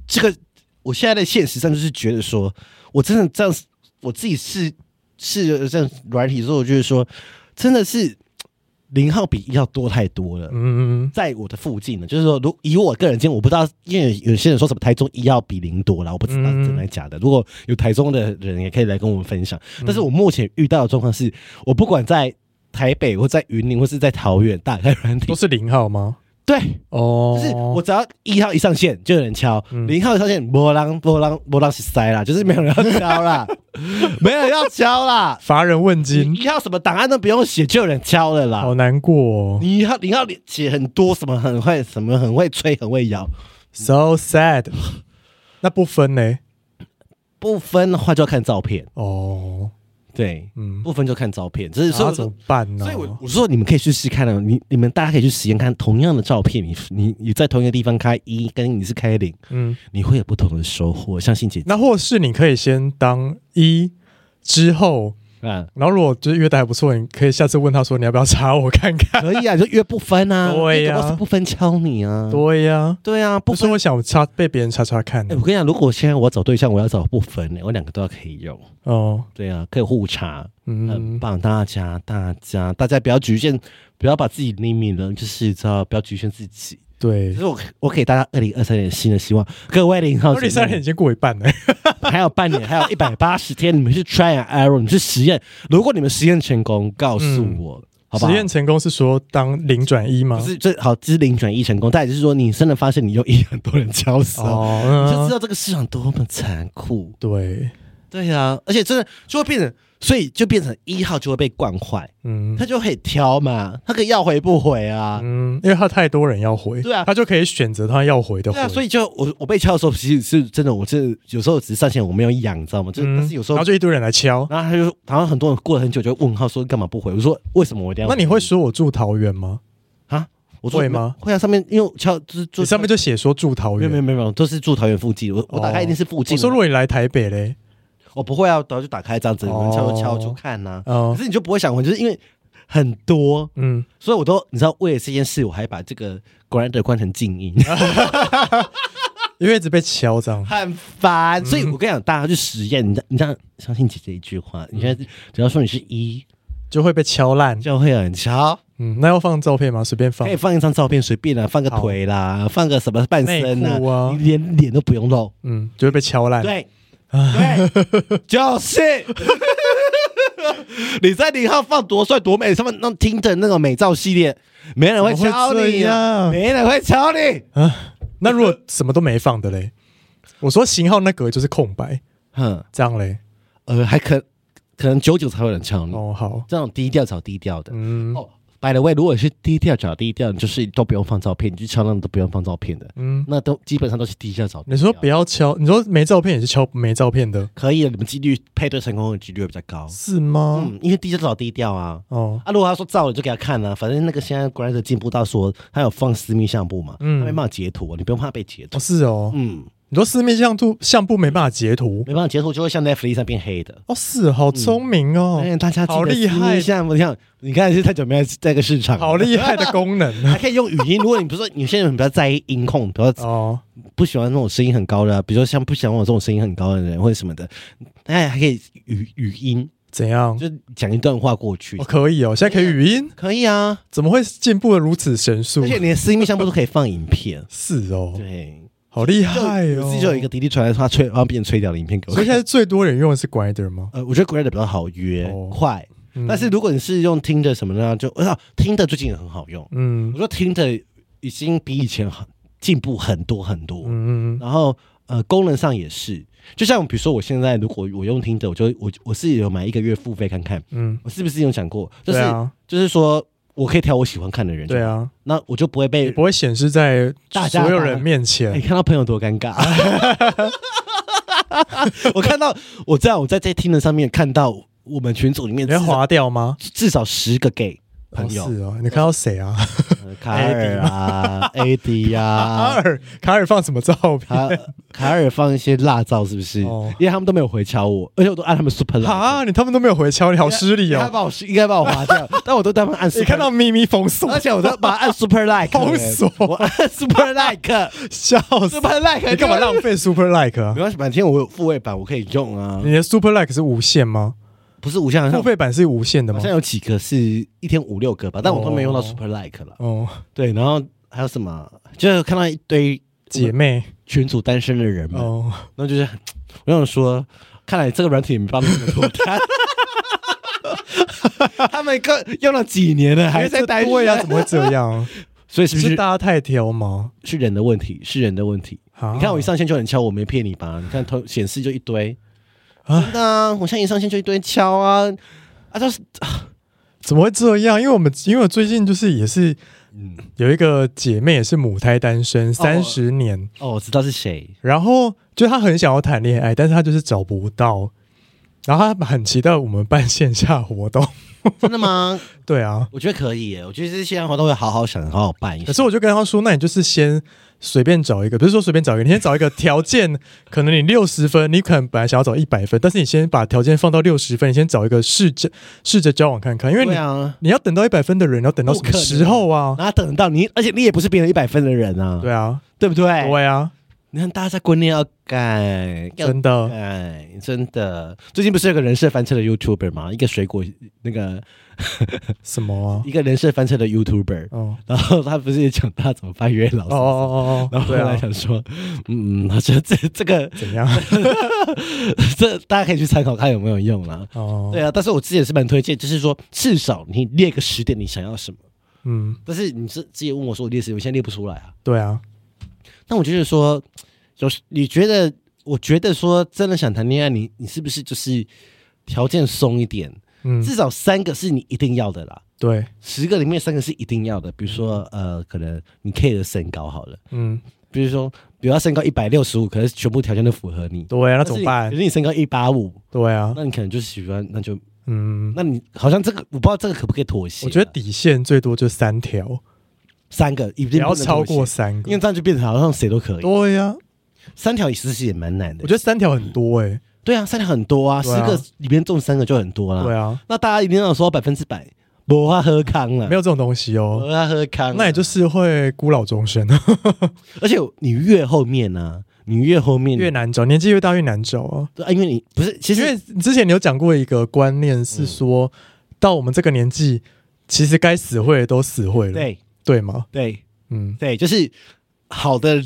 这个我现在在现实上就是觉得说，我真的这样，我自己试试了这样软体之后，我就是说，真的是零号比一号多太多了。嗯，在我的附近呢，就是说，如以我个人经验，我不知道，因为有些人说什么台中一号比零多啦，我不知道嗯真的假的。如果有台中的人，也可以来跟我们分享。嗯但是我目前遇到的状况是，我不管在台北或在云林或是在桃园，打开软体都，是零号吗？对，哦，嗯就是我只要一号一上线就有人敲，零、号一上线波浪波浪波浪是塞啦，就是没有人要敲 啦，没有人要敲啦，乏人问你津，一号什么档案都不用写就有人敲了啦。好难过、哦、你要你要写很多什么很会什么很会吹很会摇， ，so sad。那不分呢？不分的话就要看照片，哦，对，嗯，不分就看照片，只是那说怎么啊办呢、所以我我说你们可以去试看啊，你你们大家可以去实验看同样的照片，你你你在同一个地方开一，跟你是开零，嗯，你会有不同的收获，相信姐姐那或是你可以先当一，之后， 啊，然后如果就是约的还不错，你可以下次问他说你要不要查我看看。可以啊，你就约不分啊，对呀因为搞不好是不分敲你啊，对呀、对啊，不不是分。我想查被别人查查看哎、我跟你讲，如果现在我要找对象，我要找不分欸的、我两个都要可以用。哦，对啊，可以互查，很嗯，棒。大家，大家，大家不要局限，不要把自己 limit 了，就是知道不要局限自己。对其，实我我给大家二零二三年新的希望，各位零号二零三年已经过一半了，还有半年，还 有一百八十天，你们去 try and error，你们去实验。如果你们实验成功，告诉嗯我，好不好？实验成功是说当零转一吗不？是这好，这是零转一成功，但也就是说，你真的发现你又一很多人敲死了，哦，你就知嗯、道这个市场多么残酷。对，对啊，而且真的就会变成，所以就变成一号就会被惯坏，嗯他就可以挑嘛，他可以要回不回啊。嗯，因为他太多人要回，对啊他就可以选择他要回的回。对啊，所以就我我被敲的时候，其实是真的，我这有时候只是上线我没有痒，你知道吗？就、嗯，但是有时候然后，就一堆人来敲。然后他就然后很多人过了很久就会问号说干嘛不回？我说为什么我一定要那回？你会说我住桃园吗？啊？我说会吗？会啊，上面因为我敲就是你就上面就写说住桃没有园没有。没有没有，都是住桃园附近，我我打开一定是附近我啊的。说如果你来台北嘞，我不会啊，然后就打开这样子，哦有人敲就敲就看呐、哦可，是你就不会想回，就是因为很多，嗯，所以我都你知道，为了这件事，我还把这个 Grinder 关成 静音，因为一直被敲这 样。很嗯烦。所以我跟你讲，大家去实验，你知你这样相信姐姐一句话，你现在只要说你是一，就会被敲烂。就会啊很吵。嗯，那要放照片吗？随便放可以。放一张照片，随便啦，放个腿啦，放个什么半身内裤啊你连脸都不用露。嗯，就会被敲烂。对， 对，就是。你在零号放多帅多美，他们那听的那种美照系列，没人会敲怎么会你这啊，样没人会 敲你。那如果什么都没放的嘞？我说型号那格就是空白，哼，这样嘞。呃，还可可能久久才会有人敲你，哦，好，这种低调找低调的。嗯哦，by the way，如果是低调找低调，你就是都不用放照片，你去敲那种都不用放照片的，嗯，那都基本上都是低调找低调。你说不要敲，你说没照片也是敲没照片的，可以的，你们几率配对成功的几率会比较高。是吗？嗯，因为低调找低调啊。哦，啊，如果他说照了，就给他看啊。反正那个现在 Grinder 进步到说他有放私密相簿嘛，嗯他没办法截图，你不用怕被截图哦。是哦。嗯，你说私密相簿相簿没办法截图，没办法截图就会像 Netflix 上变黑的。哦是哦，好聪明哦嗯哎，，大家记得好厉害私密相簿，你看，你看是太久没有在这个市 场，好厉害的功能 还可以用语音。如果你不是有些人比较在意音控，比较哦。不喜欢那种声音很高的、啊，比如说像不喜欢我这种声音很高的人或者什么的，哎，还可以语语音，怎样？就讲一段话过去哦，，可以哦，现在可以语音，可以啊。怎么会进步的如此神 速，而？且你的私密相簿都可以放影片是 哦，对。好厉就害我哦自己。就有一个弟弟传来他吹，然后别人吹掉了影片给我所以看。现在最多人用的是 Grinder 吗？呃，我觉得 Grad 比较好约、哦快，嗯但是如果你是用听的什么的啊，就我想听的最近也很好用。我嗯说听的已经比以前很进步很多很多，嗯嗯然后呃功能上也是，就像比如说我现在如果我用听的，我就我我是有买一个月付费看看，嗯，我是不是有讲过？就是、对啊就是说我可以挑我喜欢看的人，对，啊，那我就不会被不会显示在大家所有人面你前。看到朋友多尴尬。 我看到我在我在这听的上面看到我们群组里面你至要少划掉吗？至少十个 gay 朋友，哦是哦，你看到谁啊？呃卡尔啊、AD 呀、卡 啊。尔，卡尔放什么照片？卡卡尔放一些辣照是不是？哦因为他们都没有回敲我，而且我都按他们 super 啊， like，你他们都没有回敲，你好失礼应该哦。把我应该把我 划掉，但我都他们哎按 super，你 看到咪咪封锁而，且我都把它按 super like，封锁我按 super like，super 笑死！ like，你干嘛浪费 Super Like 啊没？关系，反正我有复位版，我可以用啊。你的 Super Like 是无限吗？不是无限，好像付费版是无限的好吗像？有几个是一天五六个吧，但我都没用到哦 Super Like 了。哦，对，然后还有什么？就是看到一堆姐妹群主单身的人嘛，哦，然后就是很我想说，看来这个软体也没帮助 很多单。他们各用了几年了，还在啊单身，对呀，怎么会这样？所以是 不是是大家太挑吗？是人的问题？是人的问题。啊你看我一上线就很敲，我没骗你吧？你看头显示就一堆，真的啊！我现在一上线就一堆敲啊啊！就是怎么会这样？因为我们因为我最近就是也是嗯，有一个姐妹也是母胎单身三十年，哦，我知道是谁，然后就她很想要谈恋爱，但是她就是找不到，然后她很期待我们办线下活动。 真的吗？对啊，我觉得可以耶，我觉得这些活动会好好想，好好办一下。可是我就跟她说，那你就是先随便找一个，不是说随便找一个，你先找一个条件，可能你六十分，你可能本来想要找一百分，但是你先把条件放到六十分，你先找一个试着试着交往看看，因为你、对啊，你要等到一百分的人，你要等到什么不可能时候啊？哪等得到你？而且你也不是别人一百分的人啊，对啊，对不对？对啊，你看大家在观念要改，要真的。改，真的。最近不是有个人设翻车的 YouTuber 吗？一个水果那个什么啊？一个人设翻车的 YouTuber，哦然后他不是也讲他怎么翻月老哦哦哦然哦，后后对 来啊，想说，嗯，好像这这个怎样？哦这大家可以去参考看有没有用啦。哦，对啊，但是我自己也是蛮推荐，就是说至少你列个十点你想要什么，嗯，但是你是之前问我说我列十点，我现在列不出来啊。对啊，那我就是说，有时你觉得，我觉得说真的想谈恋爱，你你是不是就是条件松一点？嗯，至少三个是你一定要的啦，对，啊十个里面三个是一定要的。比如说，呃，可能你 care 身高好了，嗯，比如说，比如他身高一百六十五，可是全部条件都符合你，对啊，那那怎么办比？如你身高一八五，对啊，那你可能就是喜欢，那就嗯，那你好像这个我不知道这个可不可以妥协啊。我觉得底线最多就三条，三个一不定不要能超妥过协，三因为个。这样就变成好像谁都可以。对啊呀，三条其实也蛮难的我觉。得三条很多哎。对啊，三条很多啊，十、对啊个里面中三个就很多啦。对啊，那大家一定要说百分之百，无法喝康了，没有这种东西无哦。法喝康啊，那也就是会孤老终生，啊而且你越后面呢、你越后面越难找，年纪越大越难找啊。对啊，因为你不嗯是其因实嗯为之前你有讲过一个观念是说，到我们这个年纪，其实该死会的都死会了，对对吗？对嗯，对，就是好的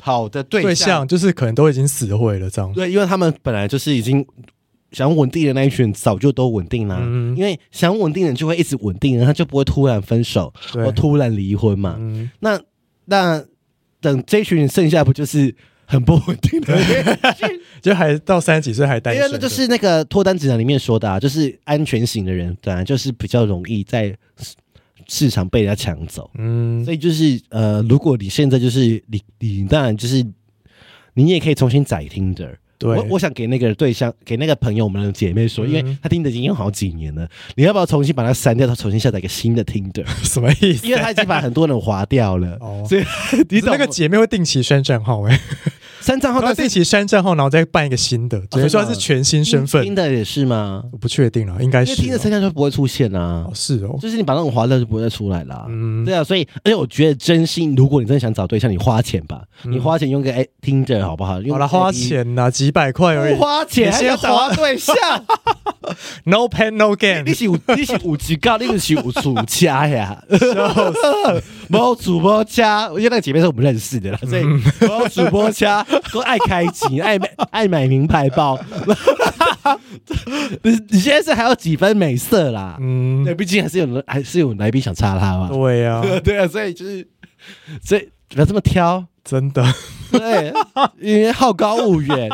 好的对对象就是可能都已经死会了这样。对，因为他们本来就是已经想稳定的那一群，早就都稳定啦、嗯因为想稳定的人就会一直稳定，他就不会突然分手对或突然离婚嘛。嗯，那那等这群人剩下不就是很不稳定的人？ 就还到三十几岁还单因身为的，那就是那个脱单指南里面说的啊，就是安全型的人本来就是比较容易在市市场被人家抢走。嗯，所以就是呃，如果你现在就是你你当然就是你也可以重新载听的。对我我想给那个对象，给那个朋友们的姐妹说，因为嗯她听的已经有好几年了，你要不要重新把它删掉，她重新下载一个新的听 的？什么意思 因？为她已经把很多人划掉了，哦所以你那懂个姐妹会定期删账号、欸，哎，删账号，她会但哦是哦定期删账号，然后再办一个新的，等于说她是全新身听份。的也是吗？我不确定了，应该因为是听的哦删掉就不会出现啊哦，，是哦，就是你把那种划掉就不会再出来啦。嗯，对啊，所以而且我觉得真心，如果你真的想找对象，你花钱吧，你花钱用个哎听着好不好？用嗯好了，个花 APP 钱呐，几百块而已不花钱，你还先要找花他对象， ，no pain no 你 gain，是有你是有几高，你就是有主家呀，笑死嗯某主播家，因为那个姐妹是我们认识的啦，所以某主播家都爱开机，爱买爱买名牌包， 你你现在是还有几分美色啦？嗯，对，毕竟还是有人还是有来宾想插他嘛，对 呀、对啊，所以就是所以不要这么挑。真的，对，因为好高骛 远，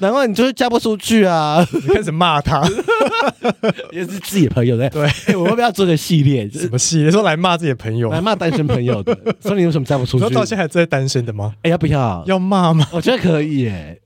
难怪你就是嫁不出去啊。你开始骂 他也是 自己的朋友对。对欸我们要不要做个系 列，就什是么戏，你说来骂自己的朋友，来骂单身朋友的？说你为什么嫁不出然后到去现？在还在单身的吗？哎，要不要？要骂 吗？我觉得可以耶，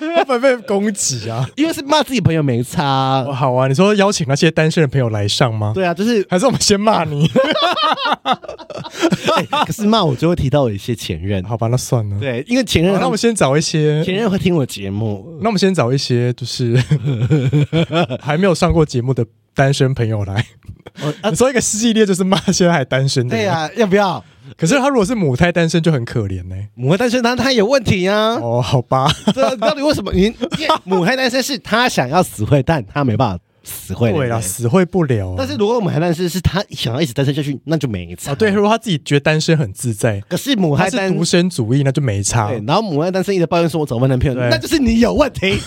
会不会被攻击啊？因为是骂自己朋友没差哦。好啊，你说邀请那些单身的朋友来上吗？对啊，就是还是我们先骂你？ 哎可是骂我就会提到我一些前任。好吧，那算了。对，因为前任好那我们先找一些前任会听我节目，那我们先找一些就是 还没有上过节目的单身朋友来，我 啊你，说一个系列就是骂现在还单身的。对，啊，要不要？可是他如果是母胎单身就很可怜 呢、母胎单身，他他有问题啊。哦，好吧，这到底为什么？ 你因为母胎单身是他想要死会，但他没办法死会。对啦，死会不了、但是如果母胎单身是他想要一直单身下去，那就没差。啊，对，如果他自己觉得单身很自在，可是母他胎单是独身主义，那就没差对。，然后母爱单身一直抱怨说我找不到男朋友，对那就是你有问题。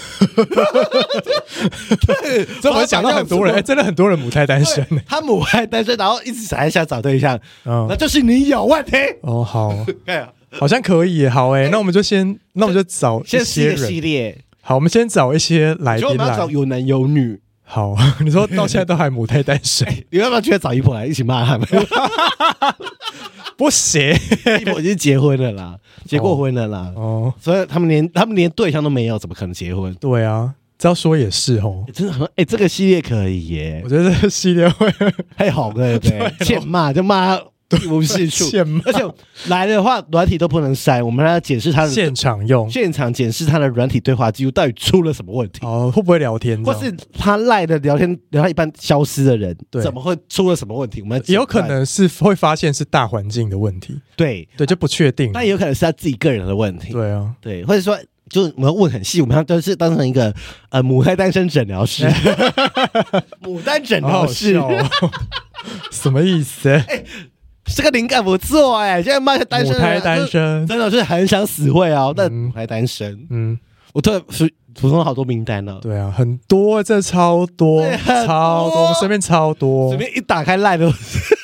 所以我想到很多人，哎，真的很多人母胎单身呢。他母爱单身，然后一直还想找对象，那嗯，就是你有问题。 哦，好，对，好像可以耶，好哎，那我们就先，那我们就找一先是一些个系人，列，好，我们先找一些来你说我宾们要来找。有男有女，好， 你说到现在都还母胎单身，你要不要去找姨婆来一起骂 他们？不行姨婆已经结婚了啦，结过婚了啦，哦。所以他们连他们连对象都没有，怎么可能结婚？对啊，这样说也是 哦。欸真的很哎，这个系列可以耶我，觉得这个系列会 太好了，对不对？欠骂就骂他一无是处，啊欠骂而且来的话软体都不能删，我们还要解释他的现场用现场检视他的软体对话记录到底出了什么问题，哦，会不会聊天这样？或是他赖的聊天聊到一半消失的人，对怎么会出了什么问题？我们也有可能是会发现是大环境的问题，对，对，就不确定。但也有可能是他自己个人的问题，对啊，对，或者说。就是我们要问很细，我们要就是当成一个呃母胎单身诊 疗室，牡丹诊好好疗室，笑哦 什么意思？这个灵感不错哎、现在骂一下哎单身母的人，胎单身就，真的是很想死会哦，但嗯母胎单身，嗯，我突然是补充好多名单哦，对啊，很多，这超多对，很多超多，我们身边超多随，便一打开赖的，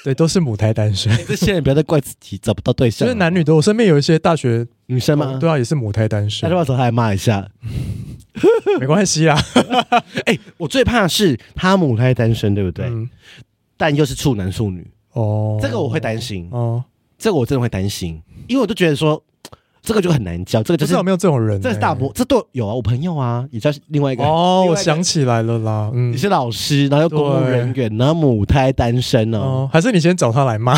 对，都是母胎单身，这些人不要再怪自己找不到对就象是了，男女都有。我身边有一些大学女生吗？对啊，也是母胎单那身就，把手还骂一下。没关系啦。哎、我最怕的是他母胎单身，对不对？嗯但又是处男处女，哦，这个我会担心，哦，这个我真的会担心，因为我就觉得说，这个就很难教，这个不就知是道有没有这种人、欸？这是大魔，这都有啊，我朋友啊，也叫另外一个哦，另我外一个想起来了啦，嗯你，是老师，然后又公务对人员，然后母胎单身哦，哦，还是你先找他来骂，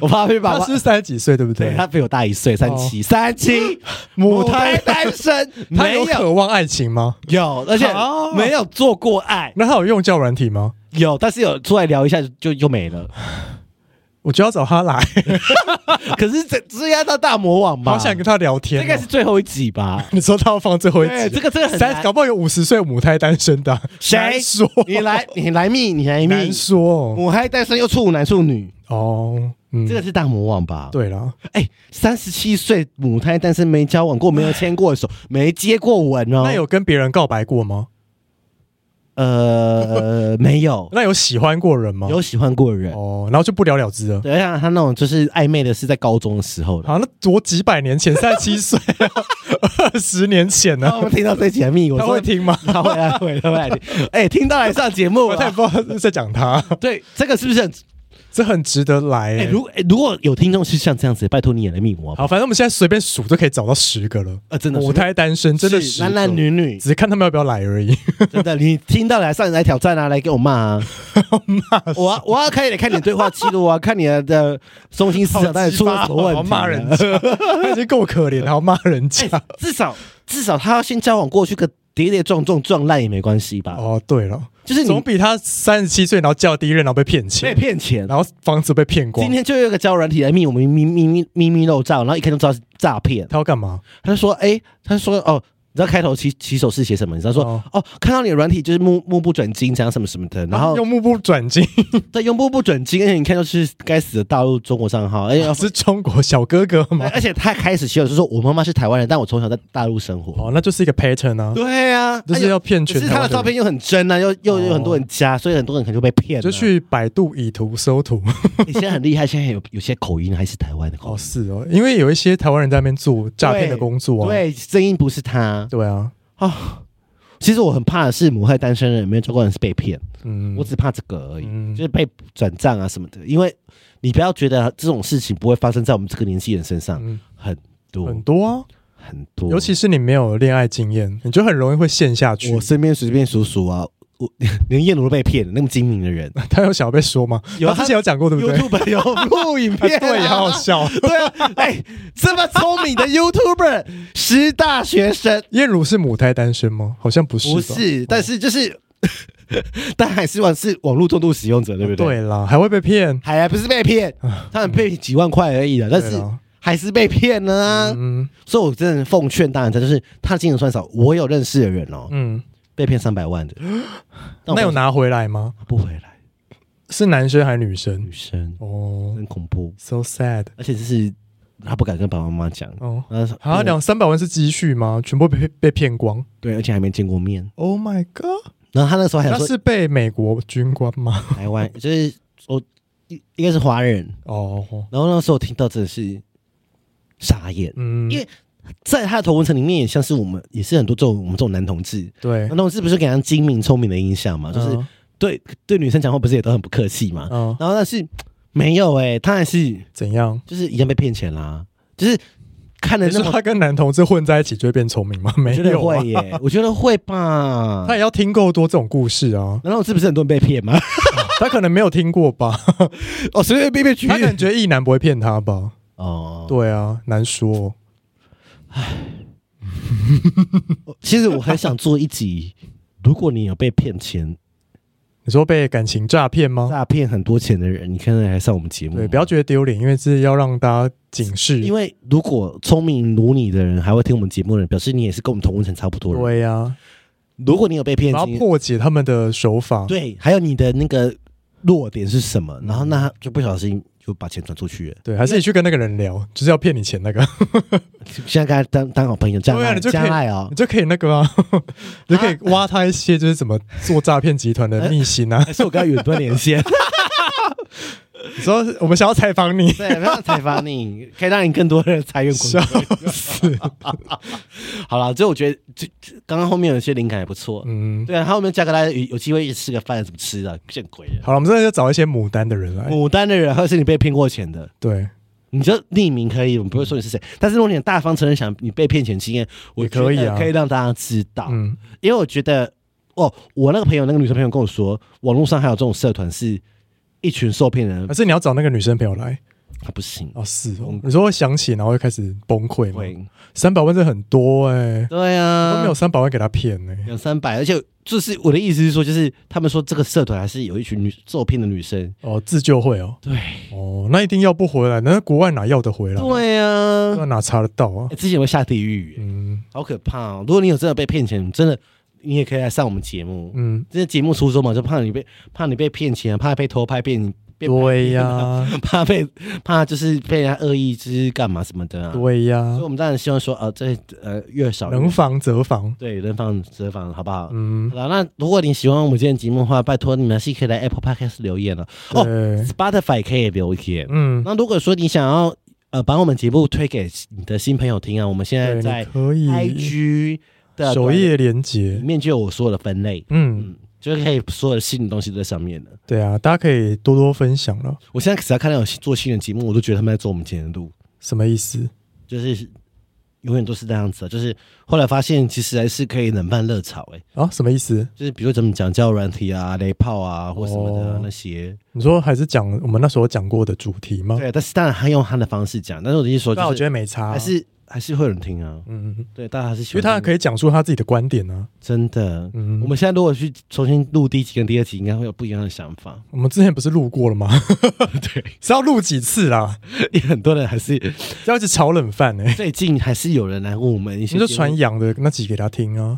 我怕被爸他爸是三十几岁，对不对对？哦他比我大一岁，三七三七， 母母胎胎单身，他没有渴望爱情吗？有，而且好没有做过爱，那他有用教软体吗？有，但是有出来聊一下就就就没了。 我就要找他来，可是这这要到大魔王吧？好想跟他聊天、这哦。应该是最后一集吧？你说他要放最后一对，集，这个真的很三难搞。不好有五十岁母胎单身的啊、谁难说？你来，你来密，你来密难，说母胎单身又处男处女，哦，嗯，这个是大魔王吧？对啦，哎，三十七岁母胎单身，没交往过，没有牵过手，没接过吻哦。哦那有跟别人告白过吗？呃 没有，那有喜欢过人吗？有喜欢过的人。哦，然后就不了了之了。对，啊像他那种就是暧昧的，是在高中的时候的。好，那多几百年前，三十七岁啊，二十年前呢、然后我们听到这节目，我他说会听吗？他会来会他会来 听。哎，听到来上节目我太了，不知道在讲他，对这个是不是很？这很值得来、哎，欸。如哎如果有听众是像这样子，拜托你也来密我吧。好，反正我们现在随便数就可以找到十个了。呃，真的是母胎单身真的是十男个男女女，只是看他们要不要来而已。真的，你听到来上来挑战啊，来给我骂啊！我要我要开始看你的对话记录啊，看你的中心思想到底出了什么问好题啊、骂人家，他已经够可怜了，还要骂人家。至少至少他要先交往过去个跌跌撞撞撞烂也没关系吧？哦，对了，就是总你比他三十七岁然后叫第一任，然后被骗被钱，骗钱。然后房子被骗光今。天就有一个交友软体来密我们咪咪咪咪咪肉照，然后一看就知道是诈骗。他要干嘛？他就说：“哎、他就说哦，你知道开头起起手是写什么？你知道说哦哦看到你的软体就是目目不转睛，怎样什么什么的。然后用目不转睛，对，用目不转睛，而且你看就是该死的大陆中国账号，而且要是中国小哥哥对啊吗？而且他开始写就是说我妈妈是台湾人，但我从小在大陆生活。哦，那就是一个 pattern 啊，对啊，就是要骗只全是台他的湾照人。片又很真啊，又哦又有很多人加，所以很多人可能就被骗了。就去百度以图搜图。你现在很厉害，现在有有些口音还是台湾的口哦，音，是哦，因为有一些台湾人在那边做诈骗的工作啊。对，声音不是他对啊，啊。其实我很怕的是母爱单身人，没有中国人是被骗，嗯我，只怕这个而已，嗯就是被转账啊什么的。因为你不要觉得这种事情不会发生在我们这个年纪人身上，嗯很多很多啊，很多，尤其是你没有恋爱经验，你就很容易会陷下去我。身边随便数数啊， 我连燕如都被骗了，那么精明的人他有想要被说吗？有啊他之前有讲过， 对不对？ ，YouTube 有 录影啊片、对，好好。笑。对啊，哎，这么聪明的 YouTuber 是大学生，燕如是嗯母胎单身吗？好像不是吧，不是，但是就是， 但还是网是网络重度使用者，对不对？，对啦，还会被骗。还不是被骗，他们被几万块而已的，但对是啦还是被骗了啊！嗯所以我真的奉劝大家，就是他金额算少，我有认识的人哦，嗯，被骗三百万 的，但我那有拿回来吗？不回来，是男生还是女生女？生哦很恐怖。 ，so sad。而且就是他不敢跟爸爸妈妈讲，哦，然后说啊，两三百万是积蓄吗？全部被被骗光对，而且还没见过面。 ？Oh my god！然后他那时候还想那说是被美国军官吗？台湾，就是我应应该是华人。 哦，然后那时候听到真的是傻眼，嗯因，为在他的头文层里面也像是我们，也是很多这种我们这种男同志。对男，同志不是给人家精明聪明的印象嘛，就是嗯对对女生讲话不是也都很不客气嘛。嗯，然后但是没有哎、他还是怎样？就是一样被骗钱啦，就是看了你那说么他跟男同志混在一起就会变聪明吗？没我觉得有啊会，耶、我觉得会吧。，他也要听够多这种故事啊 难道是不是很多人被骗吗？他可能没有听过 吧？哦，随随便便举他可能觉得异男不会骗他吧？哦，对啊，难说。其实我很想做一集，如果你有被 骗钱、你说被感情诈骗吗？诈骗很多钱的人，你看来还上我们节目吗，对，不要觉得丢脸，因为这是要让大家警示。 因为如果聪明如你的人还会听我们节目的人，表示你也是跟我们同温层差不多人。对呀、如果你有被骗然后钱，破解他们的手法。对，还有你的那个弱点是什么，然后嗯那他就不小心就把钱转出去了。对，还是你去跟那个人聊，就是要骗你钱那个，现在跟他当当好朋友，加对啊赖你就可以加赖哦 你。就可以那个啊，你就可以挖他一些就是怎么做诈骗集团的秘辛 啊。还是我跟他远端连线，你说我们想要采访 你， 对，没有采访你，可以让你更多的财 源滚笑滚。死。好了，这我觉得这这刚刚后面有一些灵感还不错。嗯，对啊，他后面加格拉有有机会一起吃个饭，怎么吃的？见鬼了！嗯哦好了，我们真的就找一些牡丹的人来。牡丹的人，或者是你被骗过钱的，对，你就匿名可以，我们不会说你是谁。但是如果你很大方承认想你被骗钱经验，我嗯也觉得可以啊可以让大家知道。嗯，因为我觉得，哦，我那个朋友，那个女生朋友跟我说，网络上还有这种社团是一群受骗人可，是你要找那个女生朋友来他不行，哦，是哦嗯，你说会想起然后会开始崩溃会吗？，三百万这很多哎、对都没啊有，三百万给他骗呢、两三百，而且就是我的意思是说，就是他们说这个社团还是有一群女受骗的女生，哦，自救会哦，对，哦，那一定要不回来，那国外哪要得回来？对那啊，哪查得到啊欸？之前会下地狱、欸嗯好可怕哦！如果你有真的被骗钱，真的你也可以来上我们节目，嗯，这节目出周嘛，就怕你被怕你被骗钱，啊怕被偷拍，被你被对呀、怕被怕就是被人家恶意就是干嘛什么的啊。对呀、 所以我们当然希望说，呃，这呃越少越能防则防。对能放则放，好不好？嗯，好啦那如果你喜欢我们今天的节目的话，拜托你们是可以来 Apple Podcast 留言了哦嗯对， ，Spotify 也可以留言。嗯，那如果说你想要呃把我们节目推给你的新朋友听啊，我们现在对，在你可以 IG 的首页连接里。面就有我所有的分类，嗯，嗯，就是可以所有的新的东西都在上面的。对啊，大家可以多多分享了。我现在只要看到有做新的节目，我都觉得他们在做我们今天的路，什么意思？就是永远都是那样子的。啊就是后来发现，其实还是可以冷饭热炒、欸，啊，什么意思？就是比如怎么讲交友软体啊、雷炮啊或什么的啊、哦那些，你说还是讲我们那时候讲过的主题吗？对。但是当然他用他的方式讲，但是我的意思说，但我就觉是得没差啊，还是还是会有人听啊。嗯，嗯对，大家还是喜因为欢听，他可以讲述他自己的观点啊呢、真的。嗯，我们现在如果去重新录第一集跟第二集，应该会有不一样的想法。 我们之前不是录过了吗？对，是要录几次啦？因为很多人还是要一直炒冷饭呢、欸？最近还是有人来问我们一些你就节目传扬的那集给他听啊。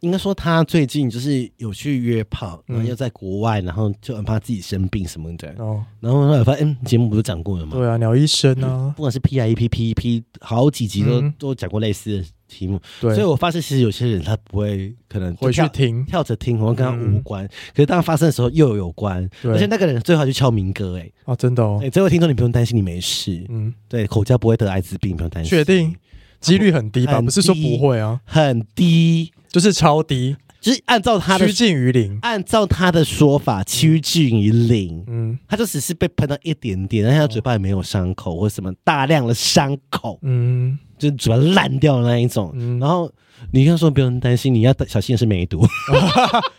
应该说他最近就是有去约炮，嗯然后又在国外，然后就很怕自己生病什么的。哦，然后后来发现，嗯，节目不是讲过了吗？对啊，鸟医生啊，不管是 P I E P P E P，好几集都、嗯都讲过类似的题目。对所以，我发现其实有些人他不会，可能就回去跳听，嗯跳着听，好像跟他无关。可是当发生的时候又有关，而且对那个人最好去敲民歌、哎、啊，真的哦哎、，这位听众你不用担心，你没事。嗯，对，口交不会得艾滋病，不用担心。确定？几率很低吧？很不是说不低会啊，很低，就是超低，就是按照他的趋近于零。按照他的说法，趋近于零，嗯他就只是被喷到一点点，但是他嘴巴也没有伤口或什么大量的伤口，嗯就是嘴巴烂掉的那一种。嗯然后你跟他说不用担心，你要小心的是梅毒。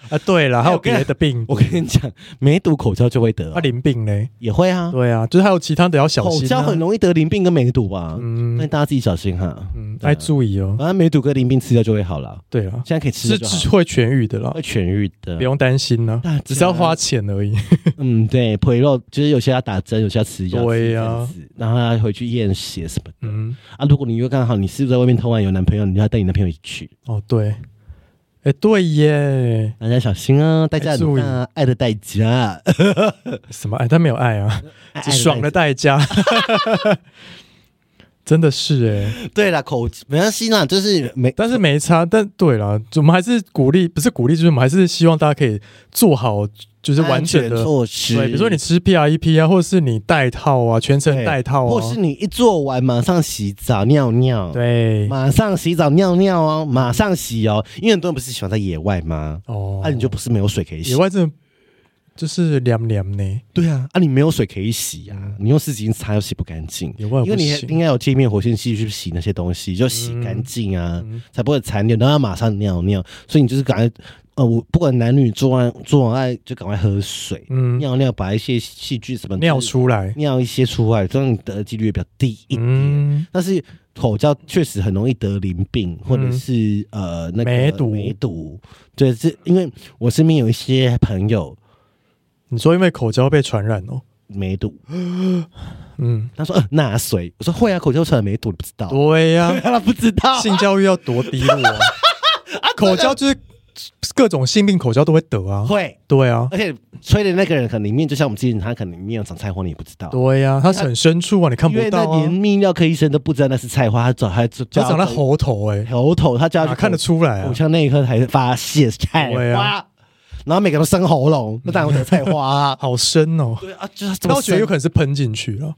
啊，对了，还有我跟你别的病，我跟你讲，梅毒口交就会得、啊，淋病嘞，也会啊，对啊，就是还有其他的要小口心交啊。很容易得淋病跟梅毒吧，嗯但大家自己小心哈、嗯，对啊爱注意哦。反正梅毒跟淋病吃掉就会好了，对啊，现在可以吃是掉就好是会痊愈的啦会，痊愈的不。用担心呢大家，只是要花钱而已。 嗯，对，腿肉就是有些要打针，有些要吃药，对呀、啊然后要回去验血什么的。嗯，啊，如果你又刚好你是不是在外面偷完有男朋友，你就要带你男朋友一起去，哦对，哎对耶，大家小心啊，代价哎注很意大，爱的代价，什么爱？他没有爱啊，爱是爽的代代价。 真的是哎、价。对啦，口没关系啦，就是没但是没差。但对啦，我们还是鼓励，不是鼓励，就是我们还是希望大家可以做好，就是完整安全的措施。对，比如说你吃 PREP 啊，或者是你戴套啊，全程戴套啊，哦或是你一做完马上洗澡尿尿，，对马上洗澡尿尿哦，马上洗哦，因为很多人不是喜欢在野外吗？哦，啊，你就不是没有水可以洗野，外真的就是凉凉呢，对啊，啊，你没有水可以洗啊，你用湿巾擦又洗不干净。野外我因为不你应行。嗯该有界面活性器去洗那些东西，就洗干净啊，才不会残留，然后要马上尿尿，所以你就是赶快，呃，我不管男女做完做完爱就赶快喝水，嗯，尿尿把一些细菌什么尿出来，尿一些出来，这样你得的几率也比较低一点。嗯，但是口交确实很容易得淋病，或者是、呃那嗯个梅毒梅毒，对，是因为我身边有一些朋友你说因为口交被传染哦，梅毒，嗯，他说呃那谁，我说会啊，口交传染梅毒，你不知道。对呀、 他不知道，性教育要多低落啊，口交就是各种性病，口交都会得 啊，会，对啊，而且吹的那个人可能里面，就像我们之前，他可能里面有长菜花，你也不知道，对呀、它很深处啊，你看因不为到那连啊，泌尿科医生都不知道那是菜花，他找他就它长在喉头哎、喉头，他叫哪他看得出来啊口？腔内科才发现是菜对。花，然后每个人都生喉咙，那当然会得菜花啊好深哦，对啊，就是那怎么我觉得有生可能是喷进去了，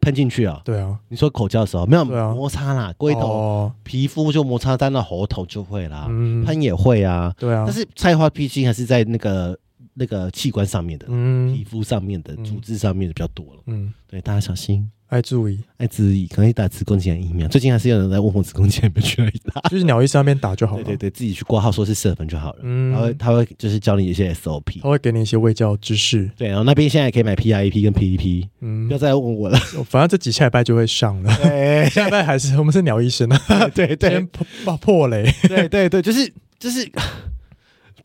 喷进去啊？对啊，你说口交的时候没有对啊摩擦啦，龟头哦，皮肤就摩擦沾到喉头就会啦，嗯，喷也会啊。对啊但，是菜花毕竟还是在那个那个器官上面的，皮嗯肤上面的组织上面的比较多了。嗯，对，大家小心。爱注 意，艾滋可能去打子宫颈癌疫苗。最近还是有人在问我子宫颈癌有没有去哪里打，就是鸟医生那边打就好了。对对对， 自己去挂号说是射粉就好了。嗯他会他会就是教你一些 SOP。他会给你一些卫教知 识。对，然后那边现在也可以买 PIP 跟 PEP，嗯不要，再问我了。反正这几下礼拜就会上了。 对下礼拜还是我们是鸟医生啊， 对 先对破破破雷。对对对，就是就是，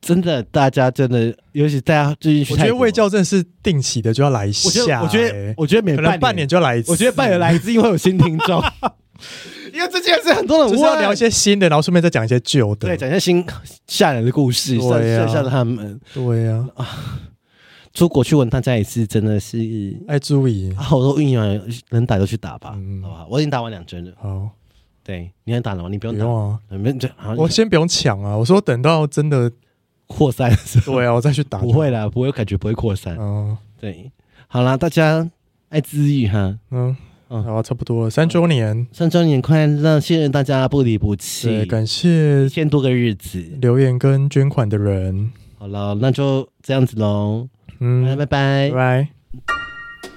真的大家真的，尤其大家最近去我泰觉国，得卫教真的是定期的就要来一我觉下、得我觉得欸我觉得每可能半年就要来一次，我觉得半年来一次，因为有新听众， 因为最近还是很多人就是要聊一些新的，然后顺便再讲一些旧的。对讲一些新吓人的故事，剩对啊剩下的他们对呀、嗯出国去问大家一次，真的是爱注意。啊，我都运用能打就去打吧，嗯好不好？我已经打完两针了，好，对，你还打了吗？你不不用打，用啊，你们这好我像先不用抢啊。我说等到真 的扩散是吧对啊，我再去打。不会啦，不会，我感觉不会扩散。嗯对，好啦，大家爱滋语哈，嗯，嗯好啊，差不多了，三周年，三周年快乐！谢谢大家不离不对，弃，感谢一千多个日子。留言跟捐款的人，好了，那就这样子喽，拜嗯，拜拜拜。拜。